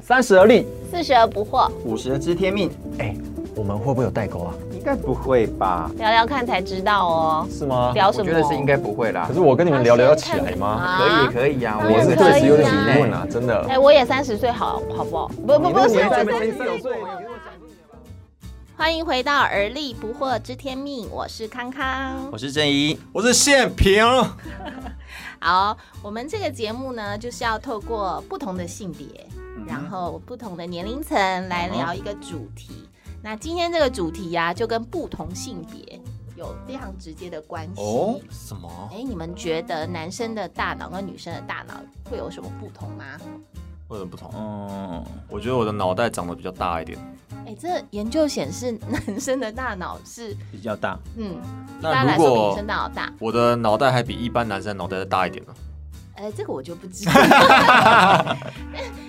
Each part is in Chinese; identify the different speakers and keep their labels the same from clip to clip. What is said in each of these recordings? Speaker 1: 三十而立，
Speaker 2: 四十而不惑，
Speaker 3: 五十知天命，
Speaker 1: 哎，我们会不会有代沟啊？
Speaker 3: 应该不会吧？
Speaker 2: 聊聊看才知道哦。
Speaker 1: 是吗？
Speaker 2: 聊什
Speaker 3: 啊我
Speaker 2: 么？
Speaker 3: 觉得是应该不会啦
Speaker 1: 可。是我跟你们聊聊要起来吗？
Speaker 3: 可以
Speaker 2: 以。
Speaker 3: 可以呀，
Speaker 2: 当
Speaker 1: 我
Speaker 2: 然
Speaker 1: 是
Speaker 2: 可以啊
Speaker 1: 对此有点疑问啊，真
Speaker 2: 哎，
Speaker 1: 的。
Speaker 2: 我也三十岁，好好不好？
Speaker 3: 哦
Speaker 2: 不不不是，我
Speaker 3: 们
Speaker 2: 是
Speaker 3: 三十六岁。
Speaker 2: 欢迎回到而立不惑知天命，我是康康。
Speaker 3: 我是正一，
Speaker 4: 我是宪平，
Speaker 2: 好，我们这个节目呢，就是要透过不同的性别，
Speaker 3: 嗯
Speaker 2: 然后不同的年龄层来聊一个主题。那今天这个主题呀、就跟不同性别有非常直接的关系。
Speaker 4: 哦，什么？
Speaker 2: 哎，你们觉得男生的大脑跟女生的大脑会有什么不同吗？
Speaker 4: 为什么不同？啊
Speaker 3: 嗯，
Speaker 4: 我觉得我的脑袋长得比较大一点。
Speaker 2: 哎，这研究显示， 男生的大脑是，
Speaker 3: 比较大，
Speaker 2: 嗯，一
Speaker 4: 那
Speaker 2: 般来
Speaker 4: 如
Speaker 2: 说比女
Speaker 4: 果
Speaker 2: 生大脑大。
Speaker 4: 我的脑袋还比一般男生脑袋再大一点呢？
Speaker 2: 哎，这个我就不 知道。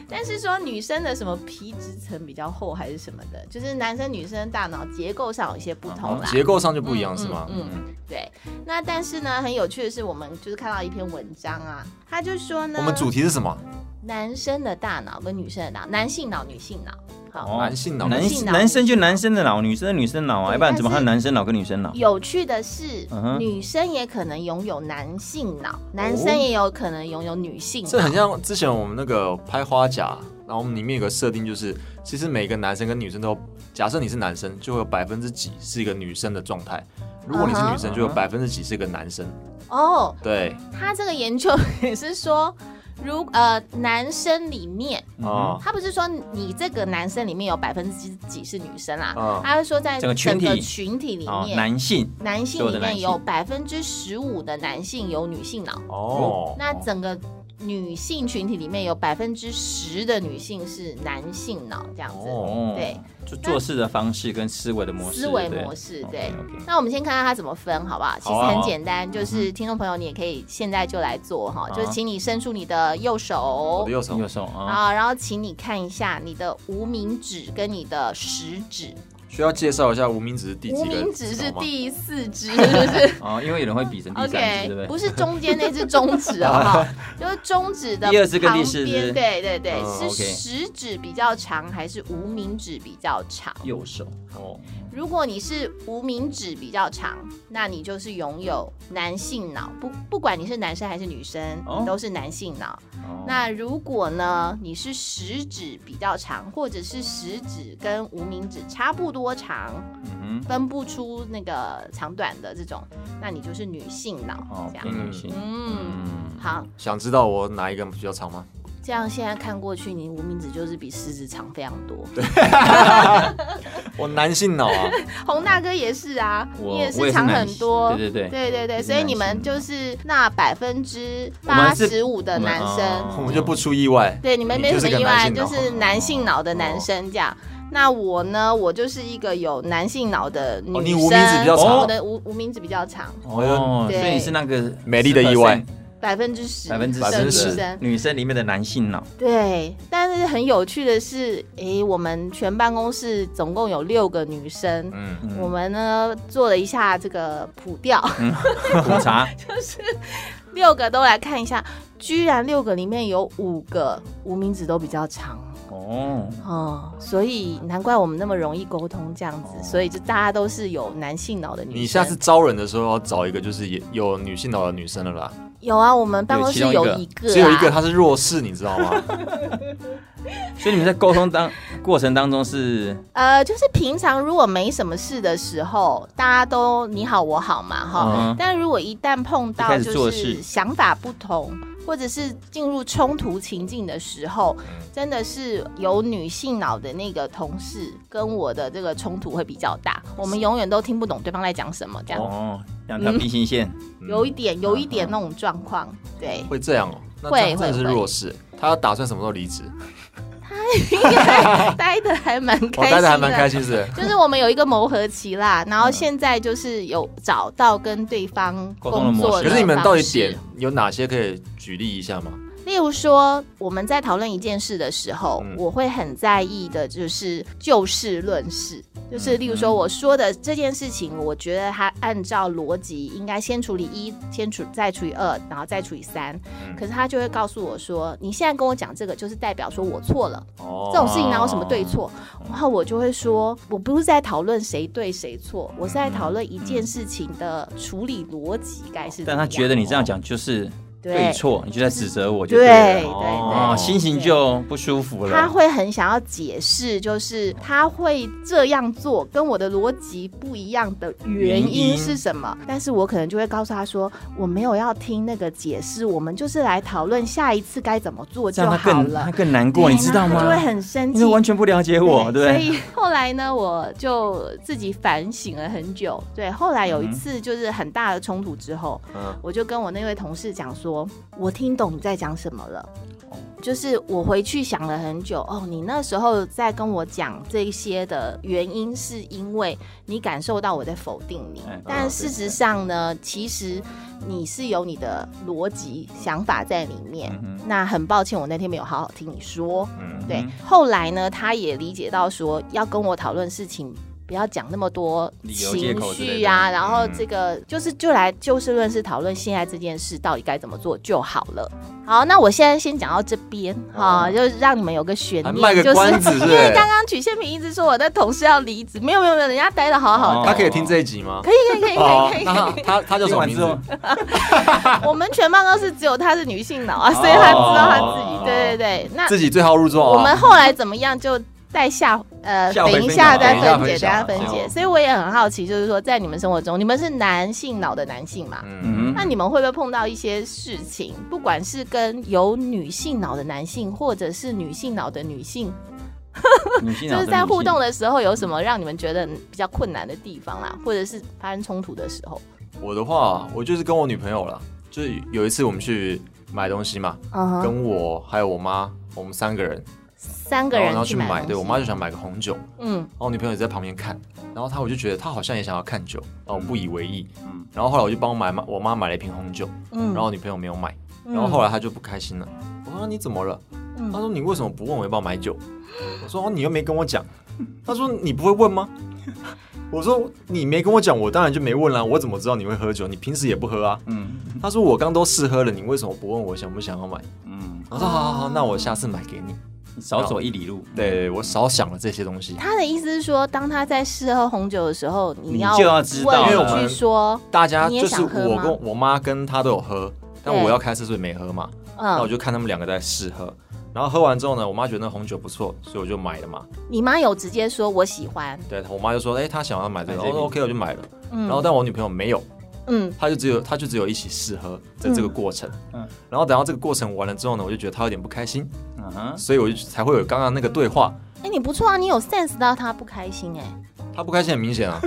Speaker 2: 但是说女生的什么皮质层比较厚还是什么的，就是男生女生大脑结构上有一些不同啦。
Speaker 4: 啊结构上就不一样是吗？
Speaker 2: 啊嗯，嗯嗯对。那但是呢，很有趣的是，我们就是看到一篇文章啊，他就说呢，
Speaker 4: 我们主题是什么？
Speaker 2: 男生的大脑跟女生的大脑，男性脑、女性脑，好。
Speaker 3: 哦
Speaker 4: 男性脑
Speaker 3: 男
Speaker 2: 性脑
Speaker 3: 男生就男生的脑，女生的女生脑啊，
Speaker 2: 对
Speaker 3: 要不然怎么还
Speaker 2: 但
Speaker 3: 有
Speaker 2: 是
Speaker 3: 男生脑跟女生脑？
Speaker 2: 有趣的是
Speaker 3: 嗯哼哦
Speaker 2: 女生也可能拥有男性脑，男生也有可能拥有女性脑。
Speaker 4: 这很像之前我们那个拍花甲，然后我们里面有个设定，就是其实每个男生跟女生都有，假设你是男生，就会有百分之几是一个女生的状态；如果你是女生，就有百分之几是个男生。
Speaker 2: 哦，
Speaker 4: 对
Speaker 2: 他这个研究也是说，如呃男生里面，
Speaker 3: 哦
Speaker 4: 啊，
Speaker 2: 他不是说你这个男生里面有百分之几是女生啦，
Speaker 4: 嗯
Speaker 2: 他是说在
Speaker 3: 哦整个群体
Speaker 2: 整群体里
Speaker 3: 哦，
Speaker 2: 面，
Speaker 3: 男性
Speaker 2: 男性
Speaker 3: 所有
Speaker 2: 里
Speaker 3: 的男
Speaker 2: 面
Speaker 3: 性
Speaker 2: 有百分之十五的男性有女性脑，
Speaker 4: 哦，
Speaker 2: 那整个。女性群体里面有百分之十的女性是男性脑这样子，
Speaker 4: 哦
Speaker 2: 对，
Speaker 3: 就做事的方式跟思维的模式，
Speaker 2: 思维
Speaker 3: 对哦
Speaker 2: 模式对。
Speaker 3: OK，OK
Speaker 2: 那我们先看看它怎么分，好不好？其实
Speaker 3: 好啊
Speaker 2: 很简单，就是听众朋友你也可以现在就来做哈，
Speaker 3: 啊
Speaker 2: 就是请你伸出你的右
Speaker 4: 我
Speaker 2: 手
Speaker 4: 的，右手
Speaker 3: 右手啊，
Speaker 2: 啊，然后请你看一下你的无名指跟你的食指，
Speaker 4: 需要介绍一下无名指是第
Speaker 2: 无
Speaker 4: 几个
Speaker 2: 名指是
Speaker 4: 吗
Speaker 2: 第四 只，是不是
Speaker 3: 哦，因为有人会比成第三只，对
Speaker 2: ？OK，
Speaker 3: 不对？
Speaker 2: 不是中间那只中 指，好不好？就是中指的
Speaker 3: 第二只跟
Speaker 2: 旁
Speaker 3: 第四只
Speaker 2: 边对对对，
Speaker 4: 嗯
Speaker 2: 是
Speaker 3: OK
Speaker 2: 食指比较长还是无名指比较长？
Speaker 3: 右手哦，
Speaker 2: 如果你是无名指比较长，那你就是拥有男性脑，不不管你是男生还是女生，
Speaker 3: 哦
Speaker 2: 你都是男性脑。
Speaker 3: 哦
Speaker 2: 那如果呢，你是食指比较长，或者是食指跟无名指差不多长，
Speaker 3: 嗯
Speaker 2: 分不出那个长短的这种，那你就是女性脑
Speaker 3: 哼，哦，
Speaker 2: 这样。
Speaker 3: 偏女性，
Speaker 2: 嗯，
Speaker 3: 嗯，
Speaker 2: 好，
Speaker 4: 想知道我哪一个比较长吗？
Speaker 2: 这样现在看过去，你无名指就是比食指长非常多。
Speaker 4: 我男性脑啊，
Speaker 2: 洪大哥也是啊，
Speaker 3: 我
Speaker 2: 你也
Speaker 3: 我
Speaker 2: 是
Speaker 3: 也是
Speaker 2: 长
Speaker 3: 男
Speaker 2: 很多。
Speaker 3: 对对对，
Speaker 2: 对对对，
Speaker 3: 也是
Speaker 2: 所以你们
Speaker 3: 男性
Speaker 2: 就是那百分之
Speaker 3: 我们
Speaker 2: 八
Speaker 3: 是
Speaker 2: 十五的男生，
Speaker 3: 哦
Speaker 4: 我就不出意外。
Speaker 2: 对你们
Speaker 4: 你
Speaker 2: 没
Speaker 4: 就
Speaker 2: 什么
Speaker 4: 是个
Speaker 2: 意
Speaker 4: 男
Speaker 2: 外，
Speaker 4: 性
Speaker 2: 就
Speaker 4: 脑哦
Speaker 2: 是男性脑的男生这样。那我呢，我就是一个有男性脑的女生，
Speaker 4: 哦你无名指比较
Speaker 3: 长
Speaker 2: 我的无无名指比较长，
Speaker 3: 哦，
Speaker 2: 对
Speaker 3: 所以你是那个
Speaker 4: 美丽的意外，
Speaker 2: 百分之十，
Speaker 3: 百分之
Speaker 2: 女
Speaker 4: 10%
Speaker 3: 十
Speaker 2: 生，
Speaker 3: 女生里面的男性 脑，
Speaker 2: 对，但是很有趣的是，诶，我们全办公室总共有六个女生，
Speaker 4: 嗯，
Speaker 3: 嗯
Speaker 2: 我们呢做了一下这个普调，
Speaker 3: 苦茶，
Speaker 2: 六个都来看一下，居然六个里面有五个无名指都比较长。
Speaker 3: 哦，
Speaker 4: 嗯
Speaker 2: 哦，所以难怪我们那么容易沟通这样子，所以就大家都是有男性脑的女生。
Speaker 4: 哦你下次招人的时候要找一个就是也有女性脑的女生了啦，
Speaker 2: 有啊？我们办公室
Speaker 3: 有其
Speaker 2: 有
Speaker 3: 中一个
Speaker 2: 一个、啊，
Speaker 4: 只有一个她是弱势，你知道吗？
Speaker 3: 所以你们在沟通当过程当中是
Speaker 2: 呃，就是平常如果没什么事的时候，大家都你好我好嘛哈。
Speaker 3: 嗯
Speaker 2: 但如果一旦碰
Speaker 3: 一
Speaker 2: 到
Speaker 3: 开始
Speaker 2: 就
Speaker 3: 做
Speaker 2: 是
Speaker 3: 事
Speaker 2: 想法不同，或者是进入冲突情境的时候，真的是有女性脑的那个同事跟我的这个冲突会比较大，我们永远都听不懂对方在讲什么，这样、
Speaker 3: 哦，两条平行线，
Speaker 4: 嗯
Speaker 2: 有一点有一点那种状况， 对。
Speaker 4: 会这样哦，那
Speaker 2: 会
Speaker 4: 这样真的
Speaker 2: 会
Speaker 4: 是
Speaker 2: 会
Speaker 4: 弱势。她打算什么时候离职？
Speaker 2: 应该待的还蛮开心啊
Speaker 4: 我哦待的还蛮开心是 不是。
Speaker 2: 就是我们有一个磨合期啦，然后现在就是有找到跟对方
Speaker 3: 嗯沟通的
Speaker 2: 工
Speaker 3: 模
Speaker 2: 作
Speaker 3: 式
Speaker 2: 的
Speaker 4: 可是你们到底
Speaker 2: 方式
Speaker 4: 点有哪些可以举例一下吗？
Speaker 2: 例如说，我们在讨论一件事的时候，
Speaker 4: 嗯
Speaker 2: 我会很在意的就是就事论事，
Speaker 3: 嗯
Speaker 2: 就是例如说我说的这件事情，我觉得它按照逻辑应该先处理一，先除再除以二，然后再除以三。
Speaker 3: 嗯
Speaker 2: 可是他就会告诉我说，你现在跟我讲这个，就是代表说我错了。
Speaker 4: 哦
Speaker 2: 这种事情哪有什么对错？然后我就会说，我不是在讨论谁对谁错，我是在讨论一件事情的处理逻辑该是怎么
Speaker 3: 但
Speaker 2: 样。
Speaker 3: 他觉得你这样讲就是对错，你就在指责我就
Speaker 2: 对
Speaker 3: 对
Speaker 2: 对
Speaker 3: 了。
Speaker 2: 对
Speaker 3: 哦，心情就不舒服了。
Speaker 2: 他会很想要解释，就是他会这样做跟我的逻辑不一样的原
Speaker 3: 原因
Speaker 2: 因是什么？但是我可能就会告诉他说，我没有要听那个解释，我们就是来讨论下一次该怎么做
Speaker 3: 这
Speaker 2: 就
Speaker 3: 样他
Speaker 2: 好
Speaker 3: 更
Speaker 2: 了
Speaker 3: 他。更难
Speaker 2: 对
Speaker 3: 过，你知道
Speaker 2: 然
Speaker 3: 吗
Speaker 2: 后他？就会很生
Speaker 3: 因
Speaker 2: 气，
Speaker 3: 为完全不了解我，对不
Speaker 2: 所
Speaker 3: 对？
Speaker 2: 以后来呢，我就自己反省了很久。对，后来有一次就是很大的冲突之后，
Speaker 4: 嗯
Speaker 2: 我就跟我那位同事讲说，我听懂你在讲什么了。
Speaker 3: 哦
Speaker 2: 就是我回去想了很久，哦，你那时候在跟我讲这一些的原因，是因为你感受到我在否定你，
Speaker 3: 哎
Speaker 2: 但
Speaker 3: 嗯
Speaker 2: 事实上呢，其实你是有你的逻辑想法在里面。
Speaker 3: 嗯
Speaker 2: 那很抱歉，我那天没有好好听你说。
Speaker 4: 嗯
Speaker 2: 对
Speaker 3: 嗯，
Speaker 2: 后来呢，他也理解到说，要跟我讨论事情，不要讲那么多
Speaker 3: 理由借
Speaker 2: 情
Speaker 3: 口之类的
Speaker 2: 绪啊，
Speaker 3: 嗯
Speaker 2: 然后这个就是就来就事论事讨论现在这件事到底该怎么做就好了。好，那我现在先讲到这边哈、
Speaker 4: 哦
Speaker 2: 就是让你们有个悬
Speaker 4: 还
Speaker 2: 念，
Speaker 4: 卖个
Speaker 2: 就
Speaker 4: 关子
Speaker 2: 是
Speaker 4: 是不
Speaker 2: 因
Speaker 4: 是
Speaker 2: 为刚刚曲宪平一直说我的同事要离职，没有没有没有，人家待的好好的，
Speaker 4: 他可以听这一集吗？
Speaker 2: 可以可以可以
Speaker 4: 哦
Speaker 2: 可以，可以
Speaker 4: 那他他他叫什
Speaker 3: 听
Speaker 4: 么
Speaker 3: 完
Speaker 4: 名
Speaker 3: 之后
Speaker 4: 字？
Speaker 2: 我们全办公室只有她是女性脑啊，所以她知道她自己，对对对，那
Speaker 4: 自己对号入座
Speaker 2: 我
Speaker 4: 啊
Speaker 2: 们！后来怎么样就带下呃，
Speaker 3: 下回
Speaker 2: 等一
Speaker 3: 分
Speaker 2: 下
Speaker 3: 享
Speaker 2: 再
Speaker 4: 等一下
Speaker 2: 分解，
Speaker 4: 分
Speaker 2: 等一下
Speaker 4: 享
Speaker 2: 分解。
Speaker 4: 好
Speaker 2: 所以我也很好奇，就是说在你们生活中，你们是男性脑的男性嘛？
Speaker 4: 嗯，
Speaker 2: 那你们会不会碰到一些事情，不管是跟有女性脑的男性，或者是女性脑的女性，
Speaker 3: 女性啊
Speaker 2: 就
Speaker 3: 脑
Speaker 2: 是在互动
Speaker 3: 的
Speaker 2: 的时候有什么让你们觉得比较困难的地方
Speaker 4: 嗯
Speaker 2: 啦，或者是发生冲突的时候？
Speaker 4: 我的话，我就是跟我女朋友了，就是有一次我们去买东西嘛，
Speaker 2: 嗯哼，
Speaker 4: 跟我还有我妈，我们三个人，
Speaker 2: 三个
Speaker 4: 然后然
Speaker 2: 人
Speaker 4: 后去
Speaker 2: 买
Speaker 4: 买，
Speaker 2: 东
Speaker 4: 对我
Speaker 2: 西
Speaker 4: 妈就想买个红酒，然
Speaker 2: 嗯
Speaker 4: 后我女朋友也在旁边看，然后她我就觉得她好像也想要看酒，然后我不以为意，
Speaker 3: 嗯
Speaker 4: 然后后来我就帮我买我妈买了一瓶红酒，
Speaker 2: 嗯，
Speaker 4: 然后我女朋友没有买，
Speaker 2: 嗯
Speaker 4: 然后后来她就不开心了，我说啊你怎么了？
Speaker 2: 嗯
Speaker 4: 她说你为什么不问我要不要买酒？我说哦你又没跟我讲，她说你不会问吗？ 我说你没跟我讲，我当然就没问啦。我怎么知道你会喝酒？你平时也不喝啊。
Speaker 3: 嗯
Speaker 4: 她说我刚都试喝了，你为什么不问我想不想要买？
Speaker 3: 嗯，
Speaker 4: 我说好好好，那我下次买给你。
Speaker 3: 少走一里路，
Speaker 2: 嗯
Speaker 4: 对我少想了这些东西，
Speaker 2: 他的意思是说，当他在试喝红酒的时候，你
Speaker 3: 你
Speaker 2: 要
Speaker 3: 就要知道
Speaker 2: 问
Speaker 4: 因为我
Speaker 2: 一
Speaker 4: 们
Speaker 2: 句说，
Speaker 4: 大家
Speaker 2: 你也
Speaker 4: 就是
Speaker 2: 想喝
Speaker 4: 我
Speaker 2: 吗
Speaker 4: 跟我妈跟她都有喝，但
Speaker 2: 对
Speaker 4: 我要开车所以没喝嘛。那我
Speaker 2: 嗯，
Speaker 4: 就看他们两个在试喝，然后喝完之后呢，我妈觉得那红酒不错，所以我就买了嘛。
Speaker 2: 你妈有直接说我喜欢，
Speaker 4: 对我妈就说，哎、她想要买这个，
Speaker 3: 买
Speaker 4: 我
Speaker 3: 这
Speaker 4: 说
Speaker 3: 个
Speaker 4: OK，我就买了。
Speaker 2: 嗯，
Speaker 4: 然后但我女朋友没有，
Speaker 2: 嗯，
Speaker 4: 她就只有她就只有一起试喝在这个过程。
Speaker 3: 嗯
Speaker 4: 然后等到这个过程完了之后呢，我就觉得她有点不开心，
Speaker 3: 嗯哼，
Speaker 4: 所以我就才会有刚刚那个对话。
Speaker 2: 哎、你不错啊，你有 sense 到她不开心哎、
Speaker 4: 她不开心很明显啊，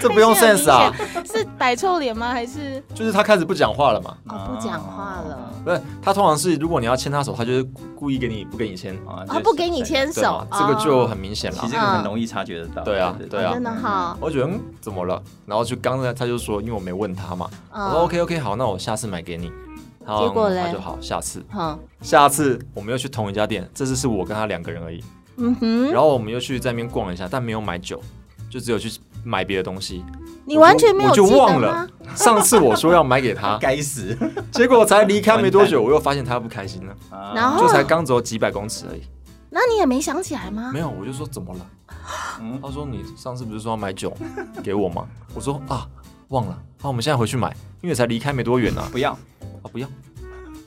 Speaker 4: 这不用
Speaker 2: 开心
Speaker 4: sense 啊
Speaker 2: 很，明显，是摆臭脸吗？还是
Speaker 4: 就是她开始不讲话了嘛。
Speaker 2: 哦不讲话了？
Speaker 4: 不是，她通常是如果你要牵她手，她就是故意给你不给你牵，
Speaker 3: 啊
Speaker 2: 哦，不给你，牵
Speaker 4: 对
Speaker 2: 手
Speaker 4: 吗，？这个就
Speaker 2: 哦
Speaker 4: 很明显了
Speaker 3: 其。实这个很容易察觉得到。
Speaker 4: 对啊对啊
Speaker 2: 真的哈，
Speaker 4: 我觉得、嗯、怎么了？然后就刚才她就说，因为我没问她嘛，我说
Speaker 2: 嗯，
Speaker 4: OK OK 好，那我下次买给你。然后
Speaker 2: 结果嘞
Speaker 4: 他就好，下次
Speaker 2: 哼，
Speaker 4: 下次我们又去同一家店，这次是我跟他两个人而已。
Speaker 2: 嗯哼，
Speaker 4: 然后我们又去在那边逛了一下，但没有买酒，就只有去买别的东西。
Speaker 2: 你完全没有
Speaker 4: 我就
Speaker 2: 记得吗
Speaker 4: 忘了？上次我说要买给 他，
Speaker 3: 该死！
Speaker 4: 结果才离开没多久，我又发现他不开心了，
Speaker 3: 啊
Speaker 2: 然后
Speaker 4: 就才刚走几百公尺而已。
Speaker 2: 那你也没想起来吗
Speaker 4: 没？有，我就说怎么了？
Speaker 3: 嗯
Speaker 4: 他说你上次不是说要买酒给我吗？我说啊忘了，那、我们现在回去买，因为才离开没多远啊。
Speaker 3: 不要，
Speaker 4: 啊不要，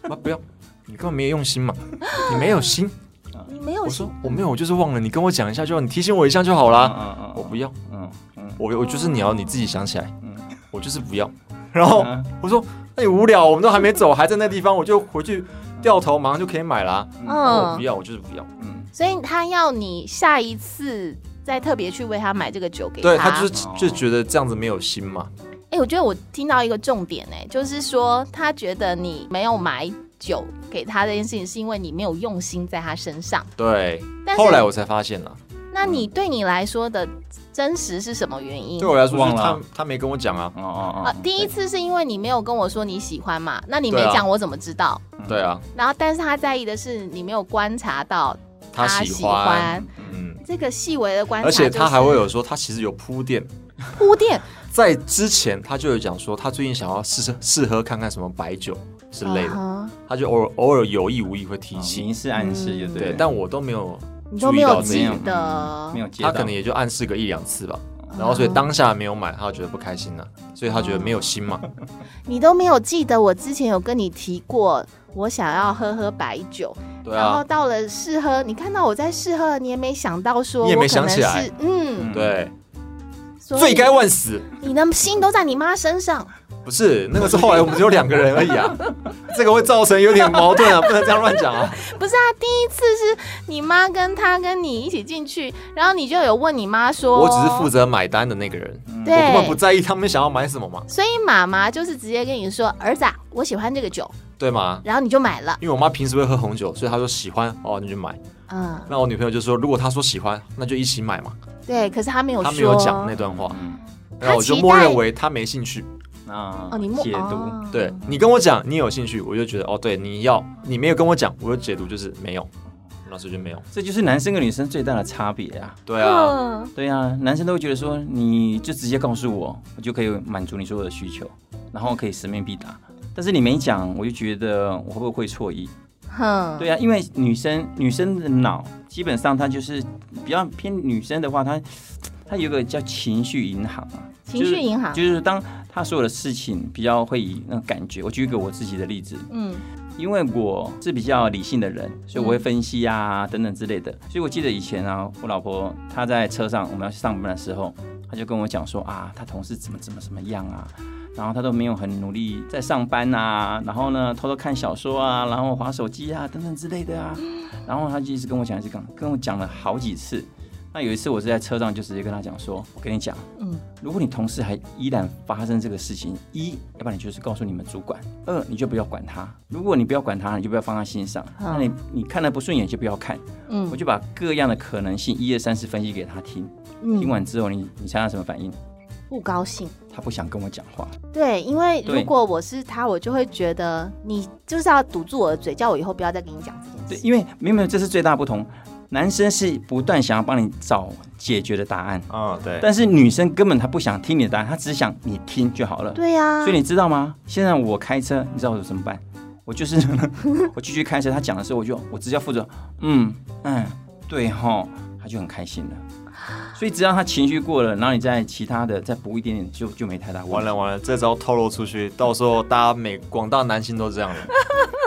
Speaker 4: 啊不要，你根本没有用心嘛，你没有心。
Speaker 2: 你没有
Speaker 4: 我说我没有，我就是忘了，你跟我讲一下就好，你提醒我一下就好啦。
Speaker 3: 嗯嗯
Speaker 4: 啊我不要，
Speaker 3: 嗯嗯
Speaker 4: 我我就是你要你自己想起来，
Speaker 3: 嗯
Speaker 4: 我就是不要。然后
Speaker 3: 嗯
Speaker 4: 我说那你无聊，我们都还没走，还在那地方，我就回去掉头，马上就可以买啦。我不
Speaker 2: 嗯，
Speaker 4: 要，我就是不要。
Speaker 3: 嗯，
Speaker 2: 所以他要你下一次再特别去为他买这个酒给
Speaker 4: 对他就是
Speaker 3: 哦
Speaker 4: 就觉得这样子没有心嘛，
Speaker 2: 哎、我觉得我听到一个重点、哎，就是说他觉得你没有买酒给他这件事情，是因为你没有用心在他身上。
Speaker 4: 对。
Speaker 2: 但是
Speaker 4: 后来我才发现了，
Speaker 2: 那你对你来说的真实是什么原因
Speaker 4: 对？我来说就是
Speaker 3: 忘了
Speaker 4: 他
Speaker 3: 啊
Speaker 4: 他没跟我讲啊，
Speaker 3: 哦哦
Speaker 2: 啊
Speaker 3: 哦，，
Speaker 2: 第一次是因为你没有跟我说你喜欢嘛，那你没
Speaker 4: 对啊
Speaker 2: 讲我怎么知道？
Speaker 4: 对啊，
Speaker 2: 然后，但是他在意的是你没有观察到
Speaker 4: 他
Speaker 2: 喜
Speaker 4: 喜欢，
Speaker 3: 嗯，
Speaker 2: 这个细微的观察、
Speaker 4: 而
Speaker 2: 就是，
Speaker 4: 且他还会有说他其实有铺垫，
Speaker 2: 铺垫
Speaker 4: 在之前他就有讲说他最近想要试试试喝看看什么白酒之类的，
Speaker 2: 嗯哼
Speaker 4: 他就偶尔偶尔有意无意会提
Speaker 3: 哦
Speaker 4: 起，
Speaker 3: 明示暗示也对
Speaker 4: 对
Speaker 3: 了，，
Speaker 4: 但我都没有
Speaker 2: 你都
Speaker 4: 注
Speaker 2: 没
Speaker 4: 意
Speaker 2: 有
Speaker 4: 到
Speaker 2: 记
Speaker 4: 这
Speaker 3: 没
Speaker 4: 一
Speaker 3: 有
Speaker 4: 点，
Speaker 2: 得，
Speaker 3: 没有接
Speaker 4: 他
Speaker 3: 到，
Speaker 4: 可能也就暗示个一两次吧，
Speaker 2: 嗯
Speaker 4: 然后所以当下没有买，他觉得不开心了，所以他觉得没有心嘛，
Speaker 2: 嗯你都没有记得我之前有跟你提过，我想要喝喝白酒，
Speaker 4: 对
Speaker 2: 然后
Speaker 4: 啊，
Speaker 2: 到了试喝，你看到我在试喝，你也没想到说，
Speaker 4: 你也没想起来，
Speaker 2: 嗯，
Speaker 4: 对，
Speaker 2: 所以
Speaker 4: 罪该万死。
Speaker 2: 你的心都在你妈身上，
Speaker 4: 不是，那个是后来我们只有两个人而已 啊，这个会造成有点矛盾啊，不能这样乱讲啊。
Speaker 2: 不是啊，第一次是你妈跟她跟你一起进去，然后你就有问你妈说，
Speaker 4: 我只是负责买单的那个人，
Speaker 2: 嗯对，
Speaker 4: 我根本不在意他们想要买什么嘛，
Speaker 2: 所以妈妈就是直接跟你说，儿子、啊，我喜欢这个酒，
Speaker 4: 对吗？
Speaker 2: 然后你就买了，
Speaker 4: 因为我妈平时会喝红酒，所以她说喜欢哦，那就买。
Speaker 2: 嗯，
Speaker 4: 那我女朋友就说，如果她说喜欢，那就一起买嘛。
Speaker 2: 对，可是她没有说，
Speaker 4: 她没有讲那段话，
Speaker 3: 嗯，
Speaker 4: 然后我就
Speaker 2: 她期待
Speaker 4: 默认为她没兴趣。
Speaker 3: 啊
Speaker 2: 哦，你默
Speaker 3: 解读
Speaker 2: 哦
Speaker 4: 对你跟我讲你有兴趣，我就觉得哦，对，你要你没有跟我讲，我就解读就是没有，老师就没有。
Speaker 3: 这就是男生跟女生最大的差别啊。
Speaker 4: 对啊，
Speaker 2: 嗯
Speaker 3: 对啊，男生都会觉得说，你就直接告诉我，我就可以满足你所有的需求，然后可以使命必达。但是你没讲，我就觉得我会不会会错意？
Speaker 2: 哼，
Speaker 3: 对啊，因为女生女生的脑基本上她就是比较偏女生的话，她她有一个叫情绪银行啊，
Speaker 2: 情绪银行
Speaker 3: 就是就是当她所有的事情比较会以那种感觉。我举一个我自己的例子，
Speaker 2: 嗯
Speaker 3: 因为我是比较理性的人，所以我会分析啊等等之类的。所以我记得以前啊，我老婆她在车上我们要去上班的时候，她就跟我讲说啊，她同事怎么怎么怎么样啊，然后她都没有很努力在上班啊，然后呢偷偷看小说啊，然后划手机啊等等之类的啊，然后她就一直跟我讲，一直讲，跟我讲了好几次。那有一次我是在车上就直接跟她讲说，我跟你讲，
Speaker 2: 嗯，
Speaker 3: 如果你同事还依然发生这个事情，一，要不然你就是告诉你们主管；二，你就不要管他。如果你不要管他，你就不要放在心上。那你你看他不顺眼就不要看。
Speaker 2: 嗯
Speaker 3: 我就把各样的可能性一二三四分析给他听。听
Speaker 2: 嗯，
Speaker 3: 完之后，你你猜他什么反应？
Speaker 2: 不高兴。
Speaker 3: 他不想跟我讲话。
Speaker 2: 对，因为
Speaker 3: 对
Speaker 2: 如果我是他，我就会觉得你就是要堵住我的嘴，叫我以后不要再跟你讲这件
Speaker 3: 对，
Speaker 2: 事。
Speaker 3: 因为没有没有，这是最大不同。男生是不断想要帮你找解决的答案，
Speaker 4: 嗯，对，
Speaker 3: 但是女生根本她不想听你的答案，她只想你听就好了。
Speaker 2: 对啊呀、
Speaker 3: 所以你知道吗？现在我开车，你知道我怎么办？我就是 我继续开车，他讲的时候，我就我只要负责，嗯嗯，对哈，他就很开心了。所以只要他情绪过了，然后你再其他的再补一点点，就就没太大问
Speaker 4: 完
Speaker 3: 题。
Speaker 4: 了完了，这招透露出去，到时候大家每广大男性都 这样了。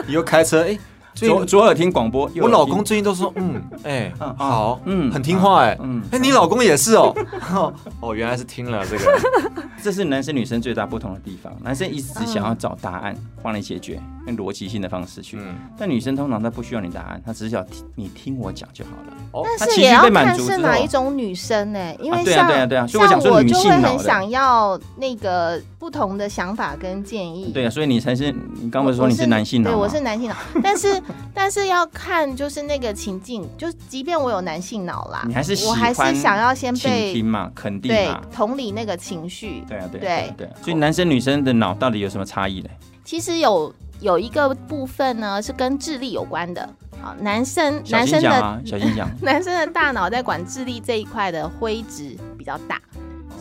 Speaker 4: 以后开车，哎、最
Speaker 3: 左
Speaker 4: 近
Speaker 3: 左耳听广播，右
Speaker 4: 我
Speaker 3: 耳
Speaker 4: 老
Speaker 3: 听
Speaker 4: 公最近都说，嗯，哎、
Speaker 3: 嗯
Speaker 4: 好，
Speaker 3: 嗯
Speaker 4: 嗯，很听话、哎，
Speaker 3: 嗯
Speaker 4: 嗯，哎，你老公也是哦， 哦，原来是听了这个，
Speaker 3: 这是男生女生最大不同的地方。男生一直想要找答案帮你解决，用逻辑性的方式去。
Speaker 4: 嗯，
Speaker 3: 但女生通常她不需要你答案，她只想听你听我讲就好了。
Speaker 4: 哦，
Speaker 2: 但
Speaker 3: 他
Speaker 2: 是
Speaker 3: 情
Speaker 2: 也
Speaker 3: 绪
Speaker 2: 要
Speaker 3: 被满
Speaker 2: 看
Speaker 3: 足
Speaker 2: 是
Speaker 3: 之
Speaker 2: 哪
Speaker 3: 后
Speaker 2: 一种女生呢、因
Speaker 3: 啊
Speaker 2: 为
Speaker 3: 对啊
Speaker 2: 像、
Speaker 3: 对啊对啊所以我
Speaker 2: 像
Speaker 3: 讲说
Speaker 2: 我
Speaker 3: 女
Speaker 2: 就
Speaker 3: 性
Speaker 2: 会
Speaker 3: 脑
Speaker 2: 很
Speaker 3: 的
Speaker 2: 想要那个不同的想法跟建议。
Speaker 3: 对啊，所以你才是你刚不是说
Speaker 2: 我
Speaker 3: 你是男性脑
Speaker 2: 嗯对，
Speaker 3: 吗？
Speaker 2: 我是男性脑， 但是但是要看就是那个情境，就即便我有男性脑啦，
Speaker 3: 你还是喜
Speaker 2: 我还是
Speaker 3: 欢
Speaker 2: 想要先
Speaker 3: 倾
Speaker 2: 被
Speaker 3: 听嘛，肯定
Speaker 2: 对
Speaker 3: 嘛。
Speaker 2: 同理那个情绪。
Speaker 3: 对啊，对啊
Speaker 2: 对
Speaker 3: 对啊对啊，所以男生女生的脑到底有什么差异嘞？
Speaker 2: 其实有有一个部分呢是跟智力有关的，好，男生
Speaker 3: 小
Speaker 2: 男
Speaker 3: 心
Speaker 2: 生
Speaker 3: 讲
Speaker 2: 的、
Speaker 3: 啊，小 心讲。
Speaker 2: 男生的大脑在管智力这一块的灰值比较大，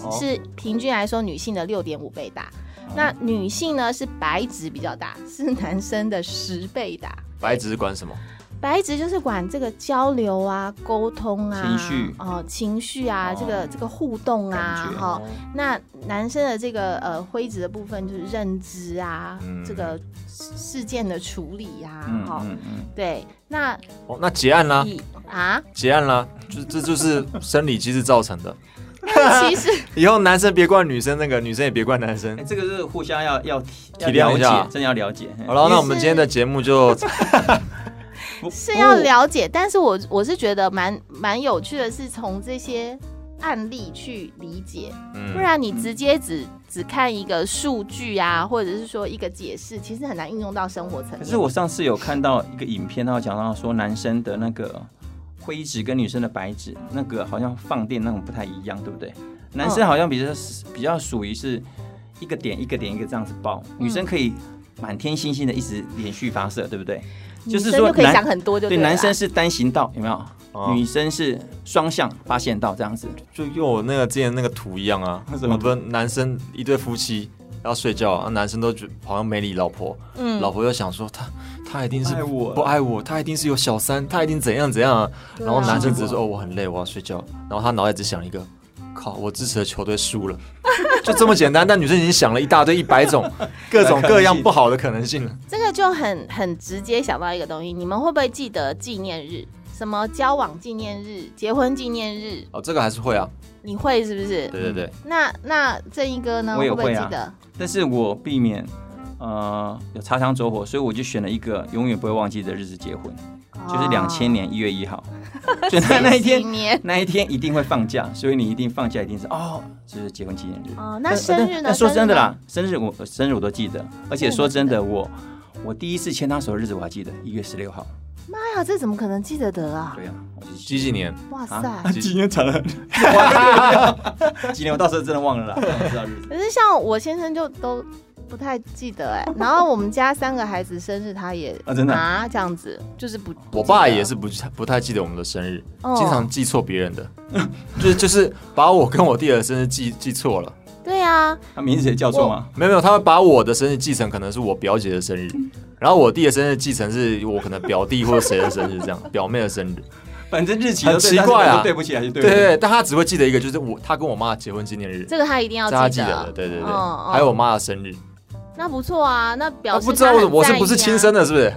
Speaker 4: 哦
Speaker 2: 是平均来说女性的六点五倍大。
Speaker 3: 哦
Speaker 2: 那女性呢是白质比较大，是男生的十倍大。
Speaker 4: 白纸是管什么？
Speaker 2: 白质就是管这个交流啊、沟通啊、
Speaker 3: 情绪
Speaker 2: 哦、情绪啊，
Speaker 3: 哦
Speaker 2: 这个这个互动
Speaker 3: 感，
Speaker 2: 啊
Speaker 3: 觉
Speaker 2: 哈、那男生的这个呃灰质的部分就是认知啊，
Speaker 4: 嗯
Speaker 2: 这个事事件的处理呀、
Speaker 3: 嗯
Speaker 2: 啊，哈、
Speaker 3: 嗯嗯，
Speaker 2: 对，那
Speaker 4: 哦，那结案啦，
Speaker 2: 以啊，
Speaker 4: 结案啦，就这就是生理机制造成的。
Speaker 2: 但其实
Speaker 4: 以后男生别怪女生那个，女生也别怪男生
Speaker 3: 哎，。这个是互相要要体
Speaker 4: 体谅
Speaker 3: 要了
Speaker 4: 一下
Speaker 3: 解真的要了解。
Speaker 4: 好了，那我们今天的节目就
Speaker 3: 不
Speaker 2: 是要了解，但是我我是觉得蛮蛮有趣的，是从这些案例去理解，
Speaker 4: 嗯
Speaker 2: 不然你直接只只看一个数据啊，或者是说一个解释，其实很难运用到生活层
Speaker 3: 可
Speaker 2: 面。
Speaker 3: 是我上次有看到一个影片，他有讲到说男生的那个灰纸跟女生的白纸那个好像放电那种不太一样，对不对？
Speaker 2: 嗯
Speaker 3: 男生好像比较比较属于是一个点一个点一个这样子爆，女生可以满天星星的一直连续发射，对不对？就是
Speaker 2: 嗯女生
Speaker 3: 说
Speaker 2: 就可以
Speaker 3: 男
Speaker 2: 想很多就
Speaker 3: 对
Speaker 2: 了啦啊
Speaker 3: 男生是单行道，有没有？
Speaker 4: 哦
Speaker 3: 女生是双向八线道这样子，
Speaker 4: 就用我那个之前那个图一样啊，
Speaker 3: 什
Speaker 4: 我
Speaker 3: 么
Speaker 4: 们
Speaker 3: 图
Speaker 4: 不是男生一对夫妻要睡觉啊，男生都觉得好像没理老婆，
Speaker 2: 嗯
Speaker 4: 老婆又想说他他一定是
Speaker 3: 爱我
Speaker 4: 不爱我，他一定是有小三，他一定怎样怎样啊。
Speaker 2: 对啊
Speaker 4: 然后男生只是说哦我很累，我要睡觉。然后他脑袋只想一个，靠，我支持的球队输了， 就这么简单。但女生已经想了一大堆一百种各种各样不好的可能性了。
Speaker 2: 这个就很很直接想到一个东西，你们会不会记得纪念日？什么交往纪念日、结婚纪念日，
Speaker 4: 哦，这个还是会啊，
Speaker 2: 你会是不是？
Speaker 4: 对对对，
Speaker 2: 那那正一哥呢？
Speaker 3: 我也
Speaker 2: 会不会
Speaker 3: 会
Speaker 2: 记
Speaker 3: 啊
Speaker 2: 得？
Speaker 3: 但是我避免呃有擦枪走火，所以我就选了一个永远不会忘记的日子结婚，就是两千年一月一号，所以 那 那一天
Speaker 2: 哦纪念
Speaker 3: 那一天一定会放假，所以你一定放假一定是哦，就是结婚纪念日。
Speaker 2: 哦，
Speaker 3: 但
Speaker 2: 那生日
Speaker 3: 但呃
Speaker 2: 呢？
Speaker 3: 但说
Speaker 2: 生日
Speaker 3: 真的
Speaker 2: 呢，
Speaker 3: 啦，生日我生日我都记得，而且说真的，我我第一次牵他手的日子我还记得，一月十六号。
Speaker 2: 妈哎呀，这怎么可能记得得啊？
Speaker 3: 对呀、啊，我就记
Speaker 4: 几几年？
Speaker 2: 哇塞！
Speaker 3: 啊，今年 惨了，今年我到时候真的忘了啦，不知道日子。
Speaker 2: 可是像我先生就都不太记得 哎、然后我们家三个孩子生日他也
Speaker 3: 啊真的
Speaker 2: 啊这样子，就是不不记
Speaker 4: 我
Speaker 2: 得
Speaker 4: 爸也是不不太记得我们的生日，
Speaker 2: 哦
Speaker 4: 经常记错别人的，就是就是把我跟我弟的生日记记错了。
Speaker 2: 对啊，
Speaker 3: 他名字也叫错吗？
Speaker 4: 没有没有，他会把我的生日记成可能是我表姐的生日，然后我弟的生日记成是我可能表弟或者谁的生日这样，表妹的生日。
Speaker 3: 反正日期都
Speaker 4: 很
Speaker 3: 对
Speaker 4: 奇
Speaker 3: 但是
Speaker 4: 怪啊
Speaker 3: 我都对不起还是对
Speaker 4: 对
Speaker 3: 不
Speaker 4: 对
Speaker 3: 起。
Speaker 4: 对，但他只会记得一个，就是我他跟我妈的结婚纪念日，
Speaker 2: 这个他一定要
Speaker 4: 这他
Speaker 2: 记
Speaker 4: 记
Speaker 2: 得，啊
Speaker 4: 得的，对对对，
Speaker 2: 嗯
Speaker 4: 还有我妈的生日。
Speaker 2: 那不错啊，那表
Speaker 4: 我
Speaker 2: 示
Speaker 4: 不知道
Speaker 2: 他
Speaker 4: 我
Speaker 2: 很
Speaker 4: 我是
Speaker 2: 在
Speaker 4: 不是
Speaker 2: 意啊
Speaker 4: 亲生的，是 不是？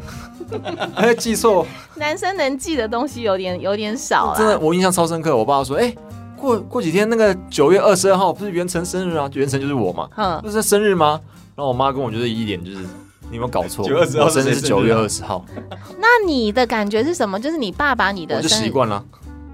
Speaker 4: 还记错，
Speaker 2: 男生能记的东西有点有点少
Speaker 4: 真的
Speaker 2: 啦。
Speaker 4: 我印象超深刻。我爸说，哎、过过几天那个九月二十二号不是袁晨生日啊？袁晨就是我嘛，
Speaker 2: 嗯，
Speaker 4: 不是生日吗？然后我妈跟我就是一脸就是，你有没有搞错？
Speaker 3: 9月20号
Speaker 4: 我生日
Speaker 3: 是
Speaker 4: 是
Speaker 3: 谁生
Speaker 4: 九
Speaker 3: 日
Speaker 4: 月
Speaker 3: 啊
Speaker 4: 二十号，
Speaker 2: 那你的感觉是什么？就是你爸把你
Speaker 4: 我
Speaker 2: 的
Speaker 4: 就
Speaker 2: 生
Speaker 4: 习
Speaker 2: 日，
Speaker 4: 惯了。